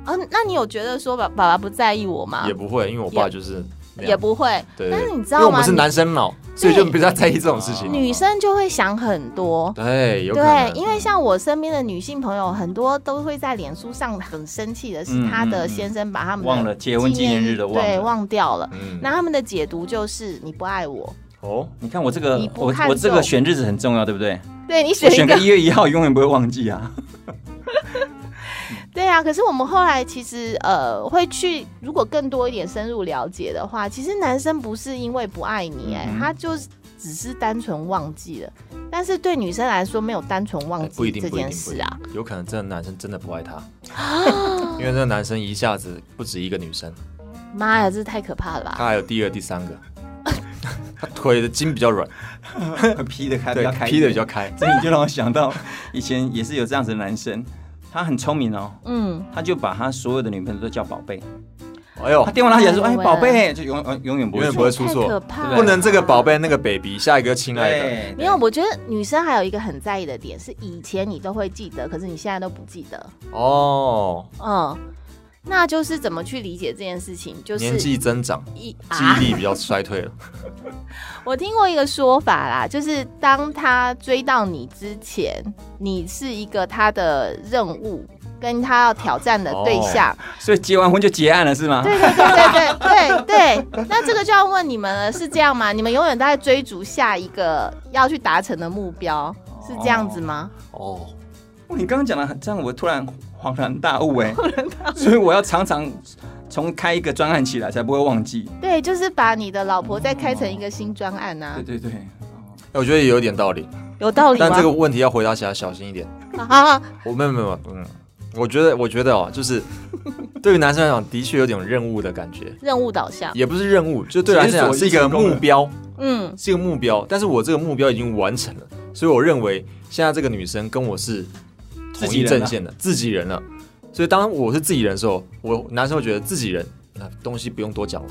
Speaker 2: 嗯、那你有觉得说爸爸爸不在意我吗
Speaker 4: 也？不会，因为我爸就是那样
Speaker 2: 也不会，
Speaker 4: 对，
Speaker 2: 啊但
Speaker 4: 对
Speaker 2: 是你知
Speaker 4: 因为
Speaker 2: 道
Speaker 4: 我
Speaker 2: 吗？
Speaker 4: 们是男生脑，所以就比较在意这种事
Speaker 2: 你
Speaker 4: 情。
Speaker 2: 女生就会想很多。
Speaker 4: 对，有可
Speaker 2: 对，啊
Speaker 4: 能
Speaker 2: 因为像我身边的女性朋友，很多都会在脸书上很生气的是，
Speaker 3: 嗯
Speaker 2: 她的
Speaker 3: 嗯嗯
Speaker 2: 先生把他们的
Speaker 3: 忘了结婚纪念日的忘了
Speaker 2: 对忘掉了。
Speaker 4: 嗯
Speaker 2: 那他们的解读就是你不爱我，
Speaker 4: 哦，
Speaker 3: 你看我这个
Speaker 2: 你，不
Speaker 3: 我
Speaker 2: 看
Speaker 3: 我这
Speaker 2: 就
Speaker 3: 个选日子很重要，对不对？
Speaker 2: 对你
Speaker 3: 我
Speaker 2: 选一
Speaker 3: 选
Speaker 2: 个
Speaker 3: 个一月一号，永远不会忘记啊。
Speaker 2: 对啊，可是我们后来其实呃会去，如果更多一点深入了解的话，其实男生不是因为不爱你、哎、
Speaker 3: 嗯哼
Speaker 2: 他就是只是单纯忘记了。但是对女生来说，没有单纯忘
Speaker 4: 哎不
Speaker 2: 记
Speaker 4: 一定
Speaker 2: 这
Speaker 4: 不一
Speaker 2: 件
Speaker 4: 定
Speaker 2: 事啊。
Speaker 4: 不一定有可能这个男生真的不爱她，因为那个男生一下子不止一个女生，
Speaker 2: 妈呀，这太可怕了吧！
Speaker 4: 他还有第二、第三 个。他腿的筋比较软，
Speaker 3: 劈的开，比
Speaker 4: 对
Speaker 3: 较，开
Speaker 4: 劈
Speaker 3: 一
Speaker 4: 的
Speaker 3: 点
Speaker 4: 比较开。
Speaker 3: 这你就让我想到以前也是有这样子的男生，他很聪明哦，
Speaker 2: 嗯，
Speaker 3: 他就把他所有的女朋友都叫宝贝，
Speaker 4: 哎呦
Speaker 3: 他，电话拿起来说：“
Speaker 2: 哎
Speaker 3: 哎，
Speaker 2: 呦喂
Speaker 3: 宝贝！”就永永远不
Speaker 4: 永
Speaker 3: 会
Speaker 4: 远不会
Speaker 3: 说。
Speaker 4: 出
Speaker 2: 太
Speaker 4: 错
Speaker 2: 可怕了，
Speaker 4: 不能这个宝贝那个 baby，下一个亲爱的，
Speaker 3: 对，
Speaker 2: 没有，我觉得女生还有一个很在意的点是，以前你都会记得，可是你现在都不记得。
Speaker 4: 哦，
Speaker 2: 嗯，那就是怎么去理解这件事情？就
Speaker 4: 年
Speaker 2: 是
Speaker 4: 纪增长，
Speaker 2: 一
Speaker 4: 记
Speaker 2: 啊，
Speaker 4: 忆力比较衰退了。
Speaker 2: 我听过一个说法啦，就是当他追到你之前，你是一个他的任务。跟他要挑战的对象，
Speaker 4: 哦
Speaker 3: 所以结完婚就结案了是吗？
Speaker 2: 对对 对对对对对，那这个就要问你们了，是这样吗？你们永远都在追逐下一个要去达成的目标，是这样子吗？
Speaker 4: 哦，
Speaker 3: 哇你刚刚讲的很这样，我突然恍然大悟哎，所以我要常常从开一个专案起来，才不会忘记。
Speaker 2: 对，就是把你的老婆再开成一个新专案啊
Speaker 3: 对，对对，
Speaker 4: 哎我觉得也有点道理，
Speaker 2: 有道理吗？
Speaker 4: 但这个问题要回答起来小心一点。
Speaker 2: 啊，
Speaker 4: 我没有没有，嗯，我觉得我觉得哦，就是对于男生来讲，的确有点任务的感觉，
Speaker 2: 任务导向，
Speaker 4: 也不是任务，就对男生来讲
Speaker 3: 解锁
Speaker 4: 是
Speaker 3: 已
Speaker 4: 一
Speaker 3: 经
Speaker 4: 个
Speaker 3: 成功了
Speaker 4: 目标，
Speaker 2: 嗯，
Speaker 4: 是一个目标。但是我这个目标已经完成了，所以我认为现在这个女生跟我是
Speaker 3: 自
Speaker 4: 同
Speaker 3: 己
Speaker 4: 一
Speaker 3: 人啊
Speaker 4: 阵线的，自己人了。所以当我是自己人的时候，我男生会觉得自己人，那东西不用多讲了，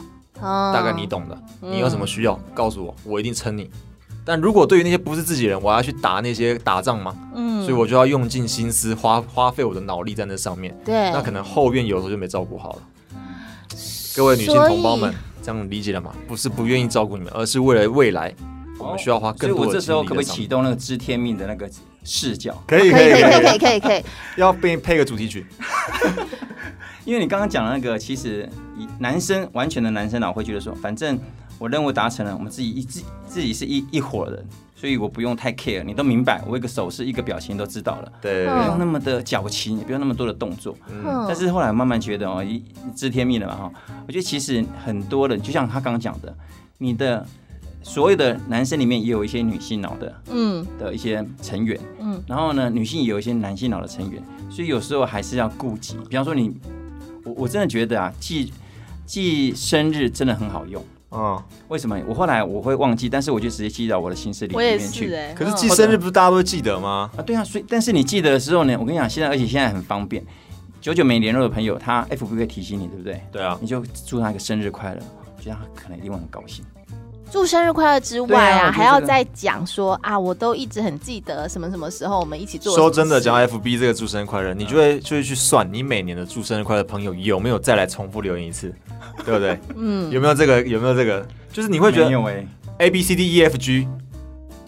Speaker 2: 啊
Speaker 4: 大概你懂的。
Speaker 2: 嗯
Speaker 4: 你有什么需要告诉我，我一定撑你。但如果对于那些不是自己人，我还要去打那些打仗吗？
Speaker 2: 嗯
Speaker 4: 所以我就要用尽心思，花花费我的脑力在那上面。
Speaker 2: 对，
Speaker 4: 那可能后院有时候就没照顾好了。各位女性同胞们，这样理解了吗？不是不愿意照顾你们，而是为了未来，我们需要花
Speaker 3: 所以
Speaker 4: 更
Speaker 3: 我
Speaker 4: 多
Speaker 3: 这
Speaker 4: 的
Speaker 3: 时
Speaker 4: 精
Speaker 3: 候
Speaker 4: 力
Speaker 3: 可不可
Speaker 4: 在
Speaker 3: 以
Speaker 4: 上
Speaker 3: 启
Speaker 4: 面。
Speaker 3: 动那个知天命的那个视角？
Speaker 4: 可以
Speaker 2: 可以可以可以可以可以可以，
Speaker 4: 要配配个主题曲，
Speaker 3: 因为你刚刚讲的那个，其实以男生完全的男生脑会觉得说，反正我任务达成了，我们自己一自自己是一一伙人，所以我不用太 care，你都明白，我一个手势一个表情都知道了，
Speaker 4: 对，
Speaker 3: 不
Speaker 2: 嗯
Speaker 3: 用那么的矫情，也不用那么多的动作。
Speaker 2: 嗯
Speaker 3: 但是后来我慢慢觉得哦，一知天命了嘛哈，我觉得其实很多人，就像他刚刚讲的，你的所有的男生里面也有一些女性脑的
Speaker 2: 嗯
Speaker 3: 的一些成员，
Speaker 2: 嗯
Speaker 3: 嗯，然后呢，女性也有一些男性脑的成员，所以有时候还是要顾及。比方说你，我我真的觉得啊，记记生日真的很好用。
Speaker 4: 嗯，
Speaker 3: 为什么？我后来我会忘记，但是我就直接记到我的心事里
Speaker 2: 我也
Speaker 3: 面去。
Speaker 2: 是哎、
Speaker 4: 可是
Speaker 2: 嗯
Speaker 4: 记生日不是大家都会记得吗？
Speaker 3: 啊，对啊，所以但是你记得的时候呢，我跟你讲，现在而且现在很方便，久久没联络的朋友，他 FB 会提醒你，对不对？
Speaker 4: 对啊，
Speaker 3: 你就祝他一个生日快乐，我觉得他可能一定会很高兴。
Speaker 2: 祝生日快乐之
Speaker 3: 对
Speaker 2: 外
Speaker 3: 啊
Speaker 2: 啊，
Speaker 3: 我觉得
Speaker 2: 还要
Speaker 3: 这个
Speaker 2: 再讲说啊，我都一直很记得什么什么时候我们一起做。
Speaker 4: 说真的，讲到 FB 这个祝生日快乐，你就会就会去算你每年的祝生日快乐朋友有没有再来重复留言一次，对不对？嗯，有没有这个？有没有这个？就是你会觉
Speaker 3: 没
Speaker 4: 得
Speaker 3: 有哎、
Speaker 4: A B C D E F G，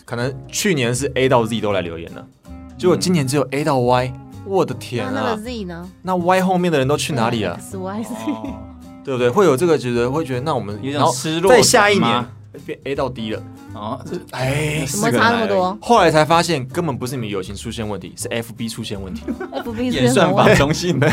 Speaker 4: 可能去年是 A 到 Z 都来留言了，结果今年只有 A 到 Y，我的天
Speaker 2: 那那
Speaker 4: 啊
Speaker 2: 个！Z 呢？哎
Speaker 4: 那 Y 后面的人都去哪
Speaker 3: 啊
Speaker 4: 里了？啊
Speaker 2: ？X Y Z。
Speaker 3: 哦，
Speaker 4: 对不对？会有这个觉得，会觉得那我们
Speaker 3: 有一
Speaker 4: 然后
Speaker 3: 种失落
Speaker 4: 再下一
Speaker 3: 感
Speaker 4: 年
Speaker 3: 吗
Speaker 4: 变 A 到 D 了，
Speaker 3: 哦，
Speaker 4: 哎，
Speaker 2: 怎么差那么多
Speaker 4: 后来才发现，根本不是你们友情出现问题，是 FB 出现问题。
Speaker 2: ？FB
Speaker 3: 演
Speaker 2: 是
Speaker 3: 算
Speaker 2: 很
Speaker 3: 法
Speaker 2: 稳。
Speaker 3: 中性的，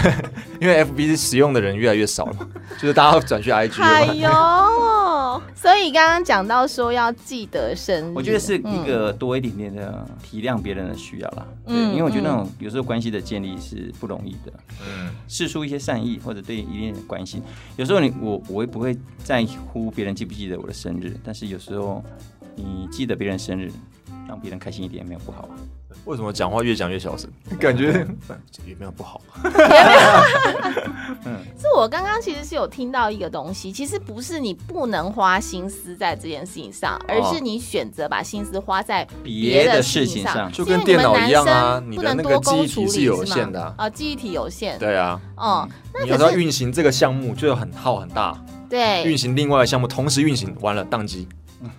Speaker 4: 因为 FB 是使用的人越来越少 了，就是大家都转去 IG
Speaker 2: 哎
Speaker 4: 了嘛。
Speaker 2: 呦，所以刚刚讲到说要记得生日，
Speaker 3: 我觉得是一个多一点点的体谅别人的需要啦。
Speaker 2: 嗯
Speaker 3: 嗯，因为我觉得那种有时候关系的建立是不容易的，
Speaker 4: 嗯，
Speaker 3: 试出一些善意或者对一定的关心，有时候你我我也不会在乎别人记不记得我的生日，但是有时候你记得别人生日，让别人开心一点也没有不好啊。
Speaker 4: 为什么讲话越讲越小声？感觉也没有不好。
Speaker 2: 是我刚刚其实是有听到一个东西，其实不是你不能花心思在这件事情上，而是你选择把心思花在
Speaker 3: 别
Speaker 2: 的
Speaker 3: 的事
Speaker 2: 情
Speaker 3: 情上，
Speaker 4: 就跟电脑一样啊
Speaker 2: 是因
Speaker 4: 你
Speaker 2: 为
Speaker 4: 的
Speaker 2: 们男生不
Speaker 4: 那个
Speaker 2: 能多工
Speaker 4: 记忆体
Speaker 2: 处
Speaker 4: 是
Speaker 2: 理
Speaker 4: 有
Speaker 2: 吗
Speaker 4: 限的啊
Speaker 2: 啊，记忆体有限，，
Speaker 4: 对啊，
Speaker 2: 嗯，那
Speaker 4: 你要
Speaker 2: 可
Speaker 4: 知道
Speaker 2: 是
Speaker 4: 运行这个项目就很耗很大，运
Speaker 2: 对，
Speaker 4: 行另外的项目同时运行，完了宕机。嗯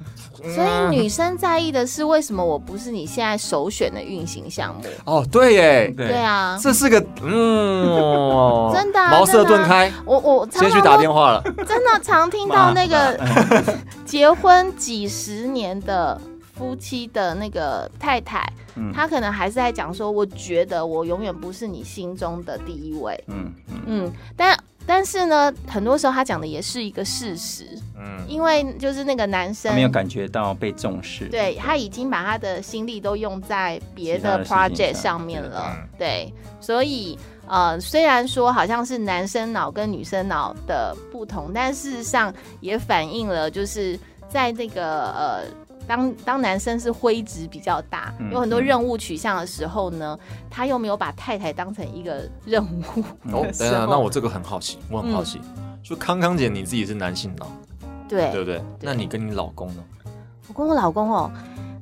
Speaker 2: 所
Speaker 4: 啊
Speaker 2: 以女生在意的是为什么我不是你现在首选的运行项目？
Speaker 4: 哦，对耶，
Speaker 2: 对，啊，
Speaker 4: 这是个嗯，哦
Speaker 2: 真的啊
Speaker 4: 茅塞顿开，
Speaker 2: 我我常
Speaker 4: 先去
Speaker 2: 常
Speaker 4: 打
Speaker 2: 都
Speaker 4: 电话了。
Speaker 2: 真的常听到那 个 结婚几十年的夫妻的那个太太，
Speaker 3: 嗯
Speaker 2: 她可能还是在讲说，我觉得我永远不是你心中的第一位，
Speaker 3: 嗯嗯，
Speaker 2: 嗯，但。但是呢，很多时候她讲的也是一个事实，
Speaker 4: 嗯，
Speaker 2: 因为就是那个男
Speaker 3: 他没有
Speaker 2: 生，
Speaker 3: 感觉到被重视。
Speaker 2: 对他已经把他的心力都用在别
Speaker 3: 其他
Speaker 2: 的
Speaker 3: 的事情上
Speaker 2: project 上面
Speaker 3: 对嗯的
Speaker 2: 了，对，所以呃，虽然说好像是男生脑跟女生脑的不同，但事实上也反映了就是在这个呃。当当男生是灰值比较大，
Speaker 3: 嗯
Speaker 2: 有很多
Speaker 3: 嗯
Speaker 2: 任务取向的时候呢，他又没有把太太当成一个任务。
Speaker 4: 哦，等
Speaker 2: 时
Speaker 4: 等，
Speaker 2: 候
Speaker 4: 那我这个很好奇，我很好奇，就康康姐你自己是男性脑，
Speaker 3: 嗯
Speaker 4: 对
Speaker 2: 嗯对
Speaker 4: 不对？那你跟你老公呢？
Speaker 2: 我跟我老公哦，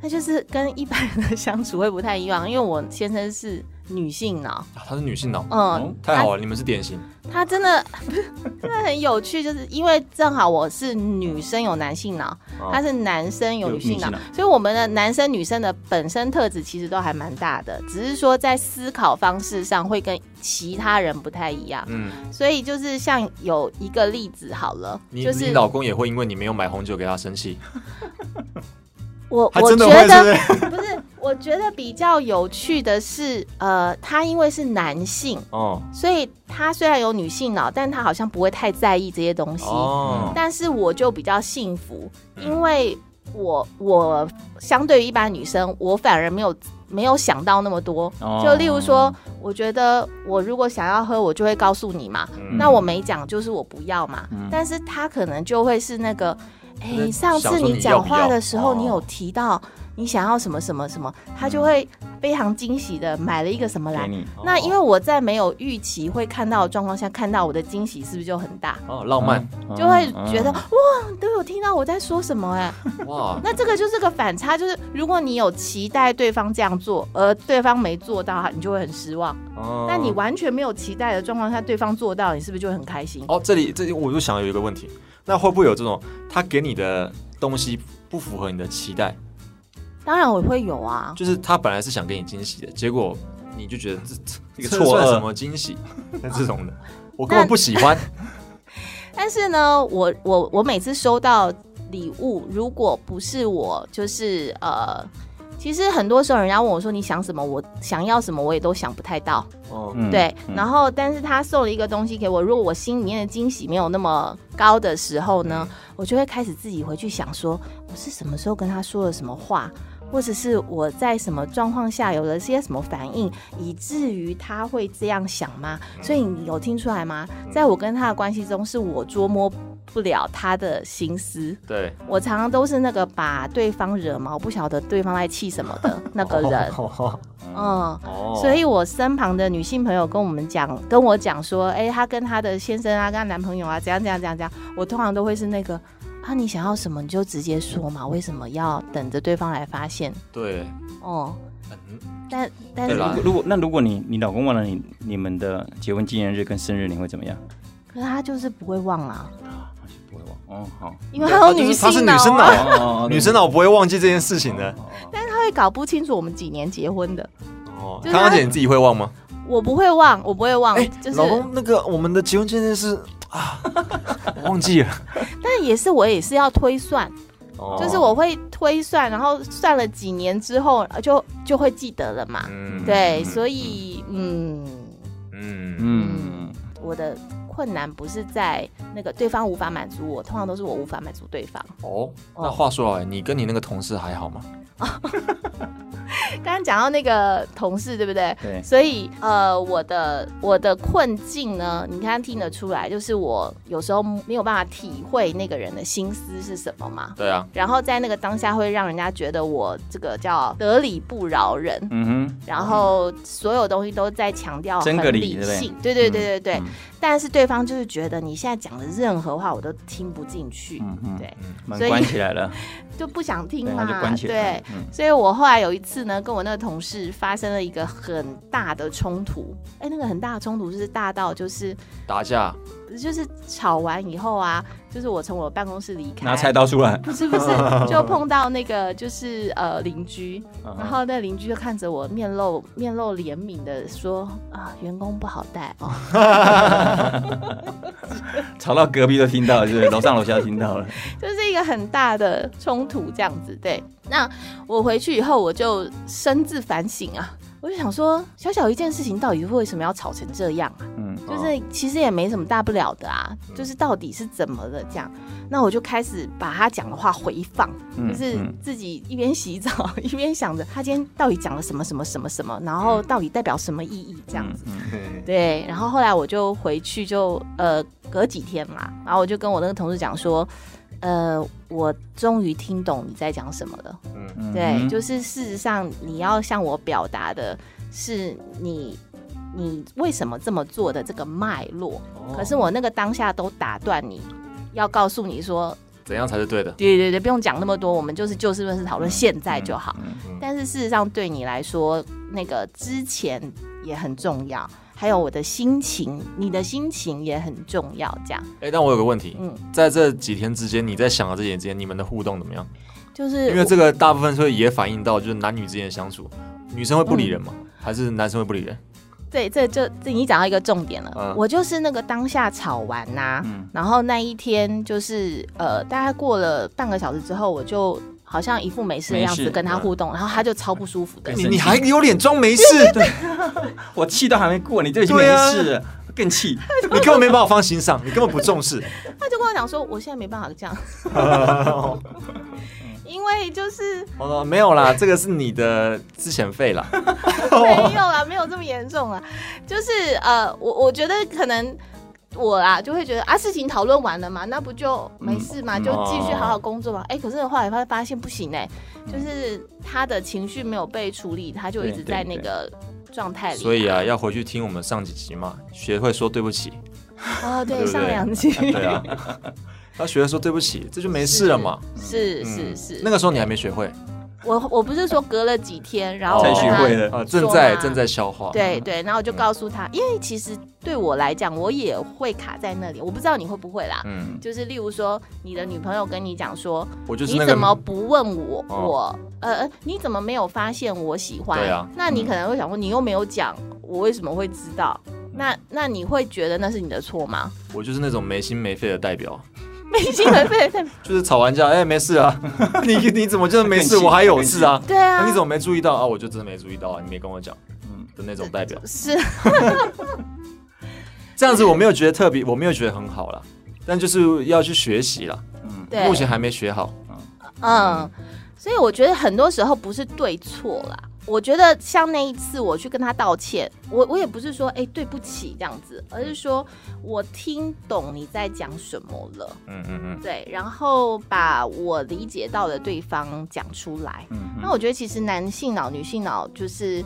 Speaker 2: 那就是跟一般人的相处会不太一样，因为我先生是女性脑，
Speaker 4: 啊，他是女性脑，
Speaker 3: 哦
Speaker 2: 嗯，啊
Speaker 4: 太好了，你们是典型。
Speaker 2: 他真的 真的很有趣，就是因为正好我是女生有男性脑，
Speaker 4: 哦
Speaker 2: 他是男生有女性脑
Speaker 3: 有女性，
Speaker 2: 所以我们的男生女生的本身特质其实都还蛮大的，只是说在思考方式上会跟其他人不太一样。
Speaker 4: 嗯，
Speaker 2: 所以就是像有一个例子好了，
Speaker 4: 你、
Speaker 2: 就
Speaker 4: 你
Speaker 2: 是
Speaker 4: 老公也会因为你没有买红酒给他生气，
Speaker 2: 我
Speaker 4: 他
Speaker 2: 我
Speaker 4: 真的
Speaker 2: 觉
Speaker 4: 会是
Speaker 2: 得
Speaker 4: 不是？
Speaker 2: 不是，我觉得比较有趣的是，呃，他因为是男性，
Speaker 4: 哦
Speaker 2: 所以他虽然有女性脑，但他好像不会太在意这些东西。
Speaker 4: 哦，
Speaker 2: 但是我就比较幸福，
Speaker 4: 嗯
Speaker 2: 因为我我相对于一般女生，我反而没有没有想到那么多。
Speaker 3: 哦
Speaker 2: 就例如说，我觉得我如果想要喝，我就会告诉你嘛。
Speaker 4: 嗯
Speaker 2: 那我没讲就是我不要嘛。
Speaker 3: 嗯
Speaker 2: 但是他可能就会是那个，哎、
Speaker 4: 就是
Speaker 2: 上
Speaker 4: 想
Speaker 2: 次
Speaker 4: 说你
Speaker 2: 讲话
Speaker 4: 要不要
Speaker 2: 的时候，
Speaker 4: 哦
Speaker 2: 你有提到你想要什么什么什么，他就会
Speaker 4: 嗯
Speaker 2: 非常惊喜的买了一个什么
Speaker 3: 给
Speaker 2: 来。
Speaker 3: 你
Speaker 4: 哦
Speaker 2: 那因为我在没有预期会看到的状况下看到我的惊喜，是不是就很大？
Speaker 4: 哦浪漫、
Speaker 3: 嗯
Speaker 2: 就会觉得、哇，都有听到我在说什么哎、
Speaker 4: 哇，
Speaker 2: 那这个就是个反差，就是如果你有期待对方这样做，而对方没做到，你就会很失望；
Speaker 4: 哦
Speaker 2: 但你完全没有期待的状况下，对方做到，你是不是就会很开心？
Speaker 4: 哦这里这里我就想有一个问题，那会不会有这种他给你的东西不符合你的期待？
Speaker 2: 当然我会有啊，
Speaker 4: 就是他本来是想给你惊喜的，结果你就觉得这这
Speaker 3: 一个
Speaker 4: 这
Speaker 3: 错愕
Speaker 4: 算什么惊喜？那这种的， 我根本不喜欢。
Speaker 2: 但是呢，我我我每次收到礼物，如果不是我，就是呃，其实很多时候人家问我说你想什么，我想要什么，我也都想不太到。
Speaker 4: 哦，
Speaker 3: 嗯
Speaker 2: 对，
Speaker 3: 嗯
Speaker 2: 然后但是他送了一个东西给我，如果我心里面的惊喜没有那么高的时候呢，
Speaker 3: 嗯
Speaker 2: 我就会开始自己回去想说，我是什么时候跟他说了什么话，或者是我在什么状况下有了些什么反应，以至于他会这样想吗？所以你有听出来吗？在我跟他的关系中，是我捉摸。不了他的心思，
Speaker 4: 对，
Speaker 2: 我常常都是那个把对方惹毛，不晓得对方在气什么的那个 人，
Speaker 4: 哦，
Speaker 2: 嗯，
Speaker 4: 哦
Speaker 2: 所以我身旁的女性朋友跟我们讲，跟我讲说，哎、她跟她的先生啊，跟她男朋友啊，怎样怎样怎样怎样，我通常都会是那个。啊，你想要什么你就直接说
Speaker 4: 嗯
Speaker 2: 嘛，为什么要等着对方来发现？
Speaker 4: 对，
Speaker 2: 哦，
Speaker 4: 嗯，
Speaker 2: 但但
Speaker 3: 对
Speaker 2: 是
Speaker 4: 对啦
Speaker 3: 如果如果那如果你你老公忘了你你们的结婚纪念日跟生日，你会怎么样？
Speaker 2: 可是他就是不会忘啊，
Speaker 3: 不会忘哦，好，
Speaker 2: 因为他有
Speaker 4: 就是
Speaker 2: 女
Speaker 4: 她是
Speaker 2: 性
Speaker 4: 女生
Speaker 2: 脑、啊，
Speaker 4: 脑，
Speaker 3: 哦
Speaker 4: 女生
Speaker 3: 的
Speaker 4: 脑不会忘记这件事情的。
Speaker 2: 但是他会搞不清楚我们几年结婚的。
Speaker 4: 哦，
Speaker 2: 就是
Speaker 4: 康
Speaker 2: 她
Speaker 4: 康姐你自己会忘吗？
Speaker 2: 我不会忘，我不会忘，就是
Speaker 4: 哎老公，那个我们的结婚纪念是啊，我忘记了。
Speaker 2: 但也是我也是要推算，
Speaker 4: 哦
Speaker 2: 就是，我会推算，然后算了几年之后呃就就会记得了嘛。
Speaker 4: 嗯
Speaker 2: 对，所以嗯，
Speaker 4: 嗯，
Speaker 3: 嗯，
Speaker 2: 我的困难不是在那个对方无法满足我，通常都是我无法满足对方。
Speaker 4: 哦，那话说来，你跟你那个同事还好吗？
Speaker 2: 刚刚讲到那个同事，对不对？
Speaker 3: 对，
Speaker 2: 所以呃，我的我的困境呢，你看听得出来，就是我有时候没有办法体会那个人的心思是什么嘛。
Speaker 4: 对啊，
Speaker 2: 然后在那个当下，会让人家觉得我这个叫得理不饶人，
Speaker 3: 嗯哼，
Speaker 2: 然后所有东西都在强调
Speaker 3: 真
Speaker 2: 很
Speaker 3: 个理
Speaker 2: 理
Speaker 3: 对不对
Speaker 2: 性，对对对对对。
Speaker 3: 嗯
Speaker 2: 但是对方就是觉得你现在讲的任何话我都听不进去，
Speaker 3: 嗯嗯，
Speaker 2: 对，
Speaker 3: 门
Speaker 2: 所以
Speaker 3: 关起来了，
Speaker 2: 就不想听
Speaker 3: 对，
Speaker 2: 嘛，
Speaker 3: 他就关起来
Speaker 2: 对
Speaker 3: 了，。嗯
Speaker 2: 所以我后来有一次呢，跟我那个同事发生了一个很大的冲突，哎，那个很大的冲突是大到就是
Speaker 4: 打 架，
Speaker 2: 就是吵完以后啊，就是我从我办公室离开，
Speaker 3: 拿菜刀出来，
Speaker 2: 不是 不是，就碰到那个就是呃邻居，
Speaker 3: 嗯
Speaker 2: 然后那邻居就看着我面露面露怜悯的说啊、员工不好带 哦，
Speaker 3: 吵到隔壁都听到了，就是楼上楼下都听到了，
Speaker 2: 就是一个很大的冲突这样子。对，那我回去以后我就深自反省啊，我就想说，小小一件事情到底为什么要吵成这样啊？
Speaker 3: 嗯，
Speaker 2: 就是其实也没什么大不了的啊，就是到底是怎么了这样？那我就开始把他讲的话回放，
Speaker 3: 嗯
Speaker 2: 就是
Speaker 3: 嗯
Speaker 2: 自己一边洗澡 一边想着他今天到底讲了什么什么什么什么，然后到底代表什么意义这样子。
Speaker 3: 嗯，
Speaker 2: 对，然后后来我就回去就呃隔几天嘛，然后我就跟我那个同事讲说，呃，我终于听懂你在讲什么了。
Speaker 3: 嗯
Speaker 2: 对，
Speaker 3: 嗯
Speaker 2: 就是事实上你要向我表达的是你你为什么这么做的这个脉络，
Speaker 4: 哦
Speaker 2: 可是我那个当下都打断你，要告诉你说，
Speaker 4: 怎样才是对的？
Speaker 2: 对对对，不用讲那么多，我们就是就事论事讨论现在就好。
Speaker 3: 嗯
Speaker 2: 但是事实上，对你来说，那个之前也很重要，还有我的心情，你的心情也很重要。这样，
Speaker 4: 哎，但我有个问题，
Speaker 2: 嗯，
Speaker 4: 在这几天之间，你在想的这几天之间，你们的互动怎么样？
Speaker 2: 就是
Speaker 4: 因为这个大部分会也反映到就是男女之间的相处，女生会不理人
Speaker 2: 嗯
Speaker 4: 吗？还是男生会不理人？
Speaker 2: 对，这就这你讲到一个重点了。
Speaker 4: 嗯
Speaker 2: 我就是那个当下吵完呐、
Speaker 3: 嗯
Speaker 2: 然后那一天就是呃，大概过了半个小时之后，我就好像一副没事的
Speaker 3: 没
Speaker 2: 样子
Speaker 3: 事
Speaker 2: 跟他互动，然后他就超不舒服的
Speaker 3: 哎。
Speaker 4: 你
Speaker 3: 生
Speaker 4: 你
Speaker 3: 气
Speaker 4: 还有脸装 没事？
Speaker 3: 我气都还没过，你就已经没
Speaker 4: 对啊
Speaker 3: 事了，更气，
Speaker 4: 你根本没把我放心上，你根本不重视。
Speaker 2: 他就跟我讲说，我现在没办法 这样，
Speaker 3: 哦
Speaker 2: 因为就是
Speaker 4: 我说没有啦，这个是你的之前费啦。哦
Speaker 2: 没有啦，没有这么严重啦，就是呃，我我觉得可能。我啦就会觉得啊，事情讨论完了嘛，那不就没事嘛，
Speaker 3: 嗯
Speaker 2: 就继续好好工
Speaker 4: 哦
Speaker 2: 作嘛。哎、可是后来发发现不行哎、
Speaker 4: 嗯
Speaker 2: 就是他的情绪没有被处理，他就一
Speaker 3: 对
Speaker 2: 直
Speaker 3: 对
Speaker 2: 在那个状态里。
Speaker 4: 所以啊，要回去听我们上几集嘛，学会说对不 起。
Speaker 2: 哦，对，
Speaker 4: 对不对
Speaker 2: 上两集
Speaker 4: 对啊，要学会说对不起，这就没事了嘛。
Speaker 2: 是
Speaker 4: 嗯
Speaker 2: 是是，
Speaker 4: 那个时候你还没学会，
Speaker 2: 我我我不是说隔了几天，然后
Speaker 4: 哦
Speaker 3: 再
Speaker 2: 我
Speaker 3: 聚
Speaker 2: 跟他
Speaker 3: 会了。
Speaker 4: 啊，正在
Speaker 2: 说嘛
Speaker 4: 正在消化。嗯
Speaker 2: 对对，然后我就告诉他，因为其实对我来讲，我也会卡在那里，我不知道你会不会啦。
Speaker 4: 嗯，
Speaker 2: 就是例如说，你的女朋友跟你讲说，
Speaker 4: 我就是
Speaker 2: 你
Speaker 4: 那
Speaker 2: 怎么
Speaker 4: 个
Speaker 2: 不问我？
Speaker 4: 哦
Speaker 2: 我呃，呃你怎么没有发现我喜欢？
Speaker 4: 对啊
Speaker 2: 那你可能会想说，你又没有讲，我为什么会知道？那那你会觉得那是你的错吗？
Speaker 4: 我就是那种没心没肺的代表，
Speaker 2: 没心没肺的，
Speaker 4: 就是吵完架，哎，没事啊， 你你怎么就是没事？
Speaker 3: 更气
Speaker 4: 我还有事啊。
Speaker 2: 对啊，
Speaker 4: 那你怎么没注意到啊？我就真的没注意到啊，你没跟我讲
Speaker 3: 嗯，
Speaker 4: 的那种代表，
Speaker 2: 是
Speaker 4: 这样子我没有觉得特别，我没有觉得很好啦，但就是要去学习啦，
Speaker 3: 嗯，
Speaker 2: 对，
Speaker 4: 目前还没学好。
Speaker 2: 嗯，所以我觉得很多时候不是对错啦。我觉得像那一次我去跟他道歉，我我也不是说哎、对不起这样子，而是说我听懂你在讲什么了，
Speaker 4: 嗯嗯嗯，
Speaker 2: 对，然后把我理解到的对方讲出来。
Speaker 3: 嗯
Speaker 2: 那我觉得其实男性脑、女性脑就是，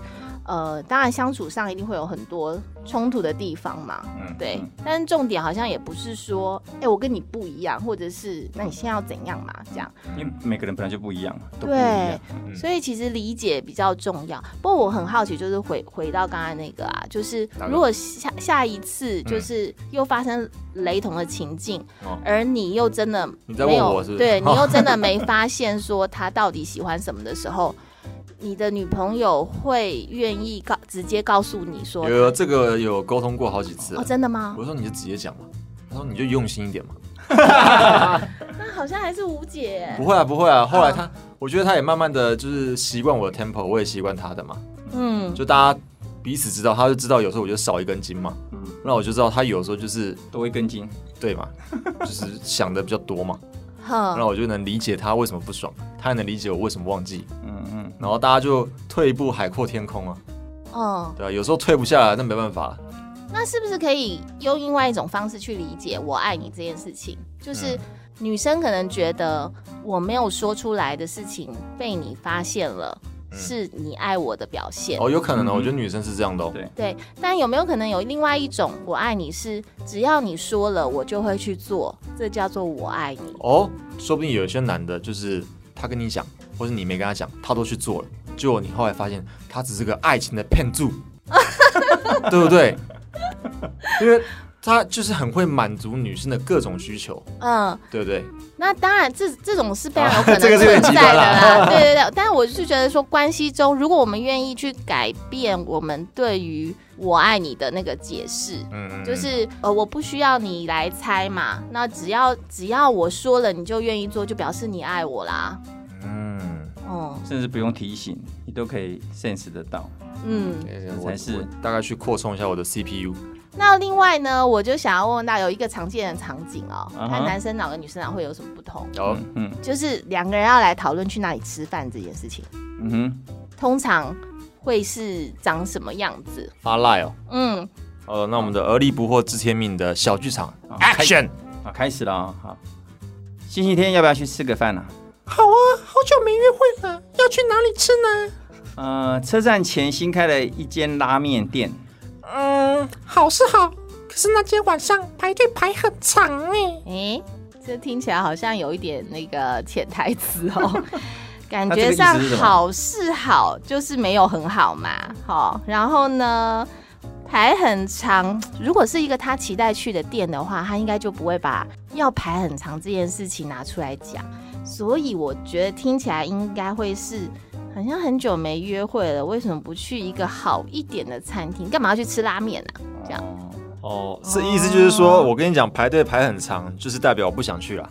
Speaker 2: 呃，当然相处上一定会有很多冲突的地方嘛，
Speaker 4: 嗯
Speaker 2: 对。但是重点好像也不是说，哎、我跟你不一样，或者是那你现在要怎样嘛，这样。
Speaker 3: 因为每个人本来就不一样，都不一
Speaker 2: 对
Speaker 3: 样。，
Speaker 4: 嗯
Speaker 2: 所以其实理解比较重要。不过我很好奇，就是回回到刚才那个啊，就是
Speaker 4: 哪个嗯
Speaker 2: 如果下下一次就是又发生雷同的情境，
Speaker 4: 哦
Speaker 2: 而你又真的
Speaker 4: 你在
Speaker 2: 没有
Speaker 4: 问我是不是
Speaker 2: 对你又真的没发现说他到底喜欢什么的时候，你的女朋友会愿意告直接告诉你说
Speaker 4: 有有这个有沟通过好几次了啊
Speaker 2: 哦，真的吗？
Speaker 4: 我说你就直接讲嘛，他说你就用心一点嘛。
Speaker 2: 那啊好像还是无解耶。
Speaker 4: 不会啊，不会啊。后来
Speaker 2: 嗯
Speaker 4: 他，我觉得他也慢慢的就是习惯我的 tempo，我也习惯他的嘛。
Speaker 2: 嗯，
Speaker 4: 就大家彼此知道，他就知道有时候我就少一根筋嘛，
Speaker 3: 嗯
Speaker 4: 那我就知道他有时候就是
Speaker 3: 都会跟进。
Speaker 4: 对 嘛，就是想的比较多嘛，那
Speaker 3: 嗯
Speaker 2: 哼，
Speaker 4: 我就能理解他为什么不爽，他也能理解我为什么忘记，
Speaker 3: 嗯嗯，
Speaker 4: 然后大家就退一步海阔天空啊，
Speaker 2: 嗯，
Speaker 4: 对啊，有时候退不下来，那没办法了。
Speaker 2: 那是不是可以用另外一种方式去理解“我爱你”这件事情？
Speaker 4: 嗯
Speaker 2: 就是女生可能觉得我没有说出来的事情被你发现了，是你爱我的表现。
Speaker 4: 嗯哦，有可能呢，
Speaker 3: 嗯
Speaker 4: 我觉得女生是这样的哦
Speaker 3: 对。
Speaker 2: 对，但有没有可能有另外一种“我爱你”是只要你说了，我就会去做，这叫做“我爱你
Speaker 4: 哦，说不定有一些男的，就是他跟你讲，或者你没跟他讲，他都去做了，结果你后来发现他只是个爱情的骗术，对不对？因为他就是很会满足女生的各种需求，”？
Speaker 2: 嗯，
Speaker 4: 对不对？
Speaker 2: 那当然这，这种是非常有可能
Speaker 4: 哦这个是有
Speaker 2: 存
Speaker 4: 点
Speaker 2: 在
Speaker 4: 极
Speaker 2: 的
Speaker 4: 端啦
Speaker 2: 啦。 对对对，但我是觉得说，关系中如果我们愿意去改变我们对于“我爱你”的那个解释，
Speaker 4: 嗯
Speaker 2: 就是呃，我不需要你来猜嘛，那只要只要我说了，你就愿意做，就表示你爱我啦。
Speaker 4: 嗯，
Speaker 2: 哦，
Speaker 3: 甚至不用提醒，你都可以 sense 得到。
Speaker 2: 嗯，
Speaker 4: 我
Speaker 3: 才是
Speaker 4: 我大概去扩充一下我的 CPU。
Speaker 2: 那另外呢，我就想要问问到有一个常见的场景哦，
Speaker 3: 嗯哼
Speaker 2: 看男生脑跟女生脑会有什么不同，
Speaker 4: 然后，
Speaker 3: 嗯
Speaker 2: 就是两个人要来讨论去哪里吃饭这件事情，
Speaker 3: 嗯哼，
Speaker 2: 通常会是长什么样子？
Speaker 4: 阿赖哦，
Speaker 2: 嗯，
Speaker 4: 呃，那我们的而立不惑知天命的小剧场
Speaker 3: 啊
Speaker 4: ，Action！
Speaker 3: 好，开始了啊、好，星期天要不要去吃个饭啊？
Speaker 5: 好啊，好久没约会了，要去哪里吃呢？
Speaker 3: 呃，车站前新开了一间拉面店，
Speaker 5: 嗯，好是好，可是那天晚上排队排很长哎。
Speaker 2: 诶，这听起来好像有一点那个潜台词 哦。感
Speaker 3: 那这
Speaker 2: 觉
Speaker 3: 个意思
Speaker 2: 上
Speaker 3: 是什么
Speaker 2: 好是好，就是没有很好嘛。好，然后呢，排很长。如果是一个他期待去的店的话，他应该就不会把要排很长这件事情拿出来讲。所以我觉得听起来应该会是，好像很久没约会了，为什么不去一个好一点的餐厅？干嘛要去吃拉面啊？这样
Speaker 3: 哦，
Speaker 4: 哦，是意思就是说我跟你讲，排队排很长，就是代表我不想去了，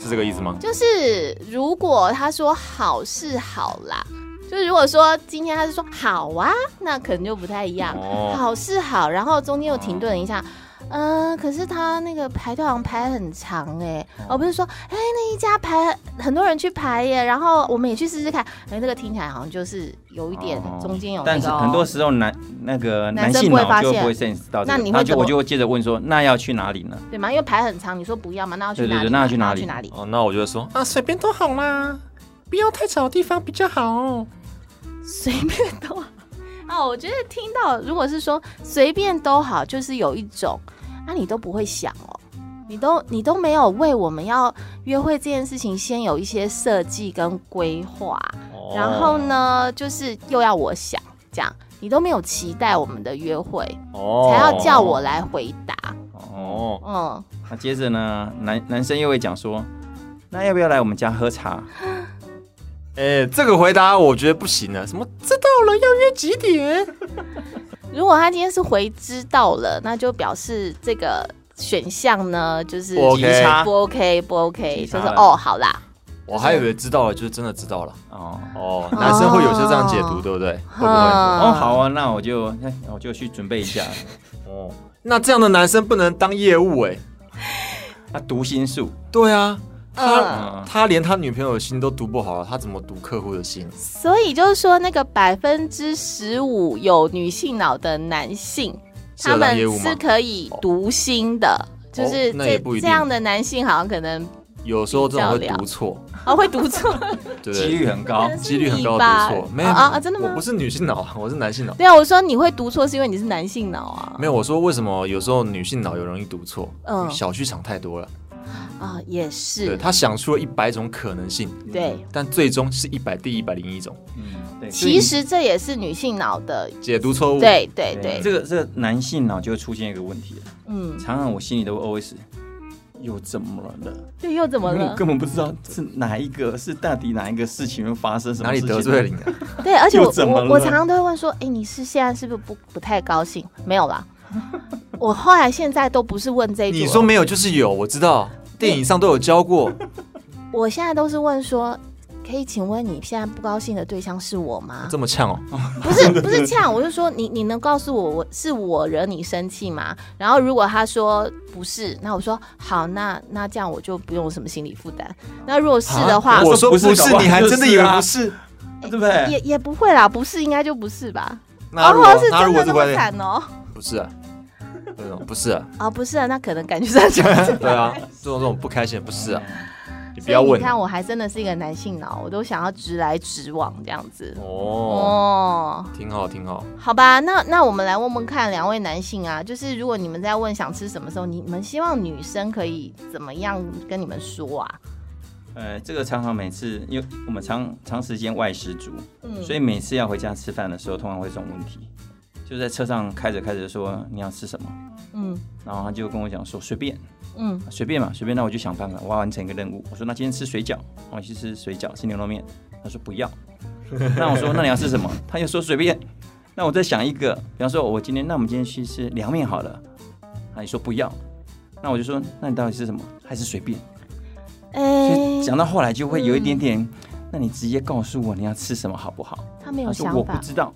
Speaker 4: 是这个意思吗？
Speaker 2: 就是如果他说好是好啦，就是如果说今天他是说好啊，那可能就不太一样。
Speaker 4: 哦，
Speaker 2: 好是好，然后中间又停顿了一
Speaker 3: 哦
Speaker 2: 下。嗯、可是他那个排队好像排很长哎、哦，不是说哎、那一家排很多人去排耶，然后我们也去试试看，哎、这个听起来好像就是有一点
Speaker 3: 哦
Speaker 2: 中间有那
Speaker 3: 但是
Speaker 2: 个、
Speaker 3: 很多时候男那个
Speaker 2: 男
Speaker 3: 男
Speaker 2: 生
Speaker 3: 性
Speaker 2: 不会
Speaker 3: 脑就
Speaker 2: 发现
Speaker 3: 不会 sense 到这个，
Speaker 2: 那你会
Speaker 3: 他就
Speaker 2: 怎么
Speaker 3: 我就会接着问说，那要去哪里呢？
Speaker 2: 对吗？因为排很长，你说不要嘛，那要去
Speaker 3: 对对
Speaker 2: 哪里嘛？
Speaker 3: 对那要去哪
Speaker 2: 去
Speaker 3: 里
Speaker 2: 哪里？
Speaker 4: 哦，那我就说，
Speaker 5: 啊，随便都好啦，不要太吵的地方比较好哦。
Speaker 2: 随便都好。哦，我觉得听到如果是说随便都好，就是有一种啊，你都不会想哦，你都你都没有为我们要约会这件事情先有一些设计跟规划，
Speaker 4: 哦
Speaker 2: 然后呢，就是又要我想这样，你都没有期待我们的约会，
Speaker 4: 哦
Speaker 2: 才要叫我来回答。
Speaker 3: 哦，
Speaker 2: 嗯，
Speaker 3: 那接着呢，男男生又会讲说，那要不要来我们家喝茶？
Speaker 4: 哎、这个回答我觉得不行啊！什么
Speaker 5: 知道了要约几点？
Speaker 2: 如果他今天是回知道了，那就表示这个选项呢，就是
Speaker 4: 不 OK 啊
Speaker 3: 急插
Speaker 2: 不 OK 不 OK，
Speaker 3: 急
Speaker 2: 就
Speaker 3: 插
Speaker 2: 是
Speaker 3: 了
Speaker 2: 哦，好啦，
Speaker 4: 我还以为知道了，就是真的知道了。
Speaker 3: 哦
Speaker 4: 哦，男生会有些这样解读，
Speaker 2: 哦
Speaker 4: 对不对？会不会？
Speaker 2: 嗯，
Speaker 3: 哦，好啊，那我就那我就去准备一下。
Speaker 4: 哦，那这样的男生不能当业务哎、
Speaker 3: 他读心术，
Speaker 4: 对啊，他、
Speaker 2: 嗯
Speaker 4: 他连他女朋友的心都读不好了，他怎么读客户的心？
Speaker 2: 所以就是说，那个百分之十五有女性脑的男性，
Speaker 4: 适
Speaker 2: 他
Speaker 4: 合当
Speaker 2: 们
Speaker 4: 业务吗哦
Speaker 2: 是？可以读心的，就是
Speaker 4: 那也
Speaker 2: 这、
Speaker 4: 不一定
Speaker 2: 这样的男性好像可能
Speaker 4: 有时候这种会
Speaker 2: 比较了
Speaker 4: 读错，
Speaker 2: 哦会读 错，
Speaker 4: 对不
Speaker 3: 几
Speaker 4: 对？
Speaker 3: 率很高
Speaker 2: 可。能是
Speaker 4: 几率很高
Speaker 2: 你
Speaker 4: 的
Speaker 2: 吧
Speaker 4: 读错，没有
Speaker 2: 啊啊啊真的
Speaker 4: 我
Speaker 2: 吗
Speaker 4: 不？是女性脑，我是男性脑。
Speaker 2: 对啊，我说你会读错是因为你是男性脑啊，
Speaker 4: 没有，我说为什么有时候女性脑有容易读错？
Speaker 2: 嗯
Speaker 4: 小剧场太多了。
Speaker 2: 啊也
Speaker 4: 对，
Speaker 2: 是，
Speaker 4: 他想出了一百种可能性，
Speaker 2: 对，
Speaker 4: 但最终是一百第一百零一种
Speaker 3: 嗯，对，所以
Speaker 2: 其实这也是女性脑的，
Speaker 4: 解读错误。，
Speaker 2: 对对对，
Speaker 3: 这个这个男性脑就会出现一个问题了，
Speaker 2: 嗯，
Speaker 3: 常常我心里都 always 又怎么了？
Speaker 2: 这又怎么
Speaker 3: 因为
Speaker 2: 了
Speaker 4: 嗯
Speaker 3: 我？根本不知道是哪一个是到底哪一个事情会发生什么
Speaker 4: 哪里
Speaker 3: 事
Speaker 4: 得
Speaker 3: 情
Speaker 4: 罪了你啊？
Speaker 2: 对，而且我
Speaker 3: 又怎么
Speaker 2: 我
Speaker 3: 了
Speaker 2: 我常常都会问说，哎、你是现在是不是不不太高兴？没有啦，我后来现在都不是问这一组了，
Speaker 4: 你说没有就是有，我知道电影上都有教过。
Speaker 2: 我现在都是问说，可以请问你现在不高兴的对象是我吗？
Speaker 4: 这么呛哦，
Speaker 2: 不是不是这样，我就说你你能告诉我我是我惹你生气吗？然后如果他说不是，那我说好，那那这样我就不用什么心理负担。那如果是的话，
Speaker 3: 啊
Speaker 4: 我说不
Speaker 3: 我说不是
Speaker 4: 是，你还真的以为不是？
Speaker 3: 对不对？
Speaker 2: 也也不会啦，不是应该就不是吧？
Speaker 4: 那如
Speaker 2: 哦
Speaker 4: 果
Speaker 2: 是
Speaker 4: 那
Speaker 2: 真
Speaker 4: 如果
Speaker 2: 的
Speaker 4: 是
Speaker 2: 那
Speaker 4: 关
Speaker 2: 么
Speaker 4: 键，
Speaker 2: 惨哦。
Speaker 4: 不是啊，这种不是啊，
Speaker 2: 啊，不是啊，那可能感觉上 就
Speaker 4: 对啊，这种这种不开心的不是啊，你不
Speaker 2: 所
Speaker 4: 要
Speaker 2: 以你
Speaker 4: 问
Speaker 2: 看，我还真的是一个男性脑，我都想要直来直往这样子。
Speaker 4: 哦，
Speaker 2: 哦，
Speaker 4: 挺好挺好。
Speaker 2: 好吧，那那我们来问问看两位男性啊，就是如果你们在问想吃什么时候，你们希望女生可以怎么样跟你们说啊？
Speaker 3: 呃，这个常常每次，因为我们长长时间外食族，
Speaker 2: 嗯
Speaker 3: 所以每次要回家吃饭的时候，通常会有这种问题，就在车上开着开着说你要吃什么，
Speaker 2: 嗯
Speaker 3: 然后他就跟我讲说随便
Speaker 2: 嗯
Speaker 3: 随便嘛，随便，那我就想办法，我要完成一个任务。我说那今天吃水饺，我去吃水饺，吃牛肉面。他说不要，那我说那你要吃什么？他又说随便。那我再想一个，比方说我今天，那我们今天去吃凉面好了，他也说不要，那我就说那你到底是什么？还是随便？所以
Speaker 2: 哎、
Speaker 3: 讲到后来就会有一点点，那你直接告诉我你要吃什么好不好？
Speaker 2: 他没有
Speaker 3: 他说
Speaker 2: 想
Speaker 3: 我不
Speaker 2: 法，
Speaker 3: 知道，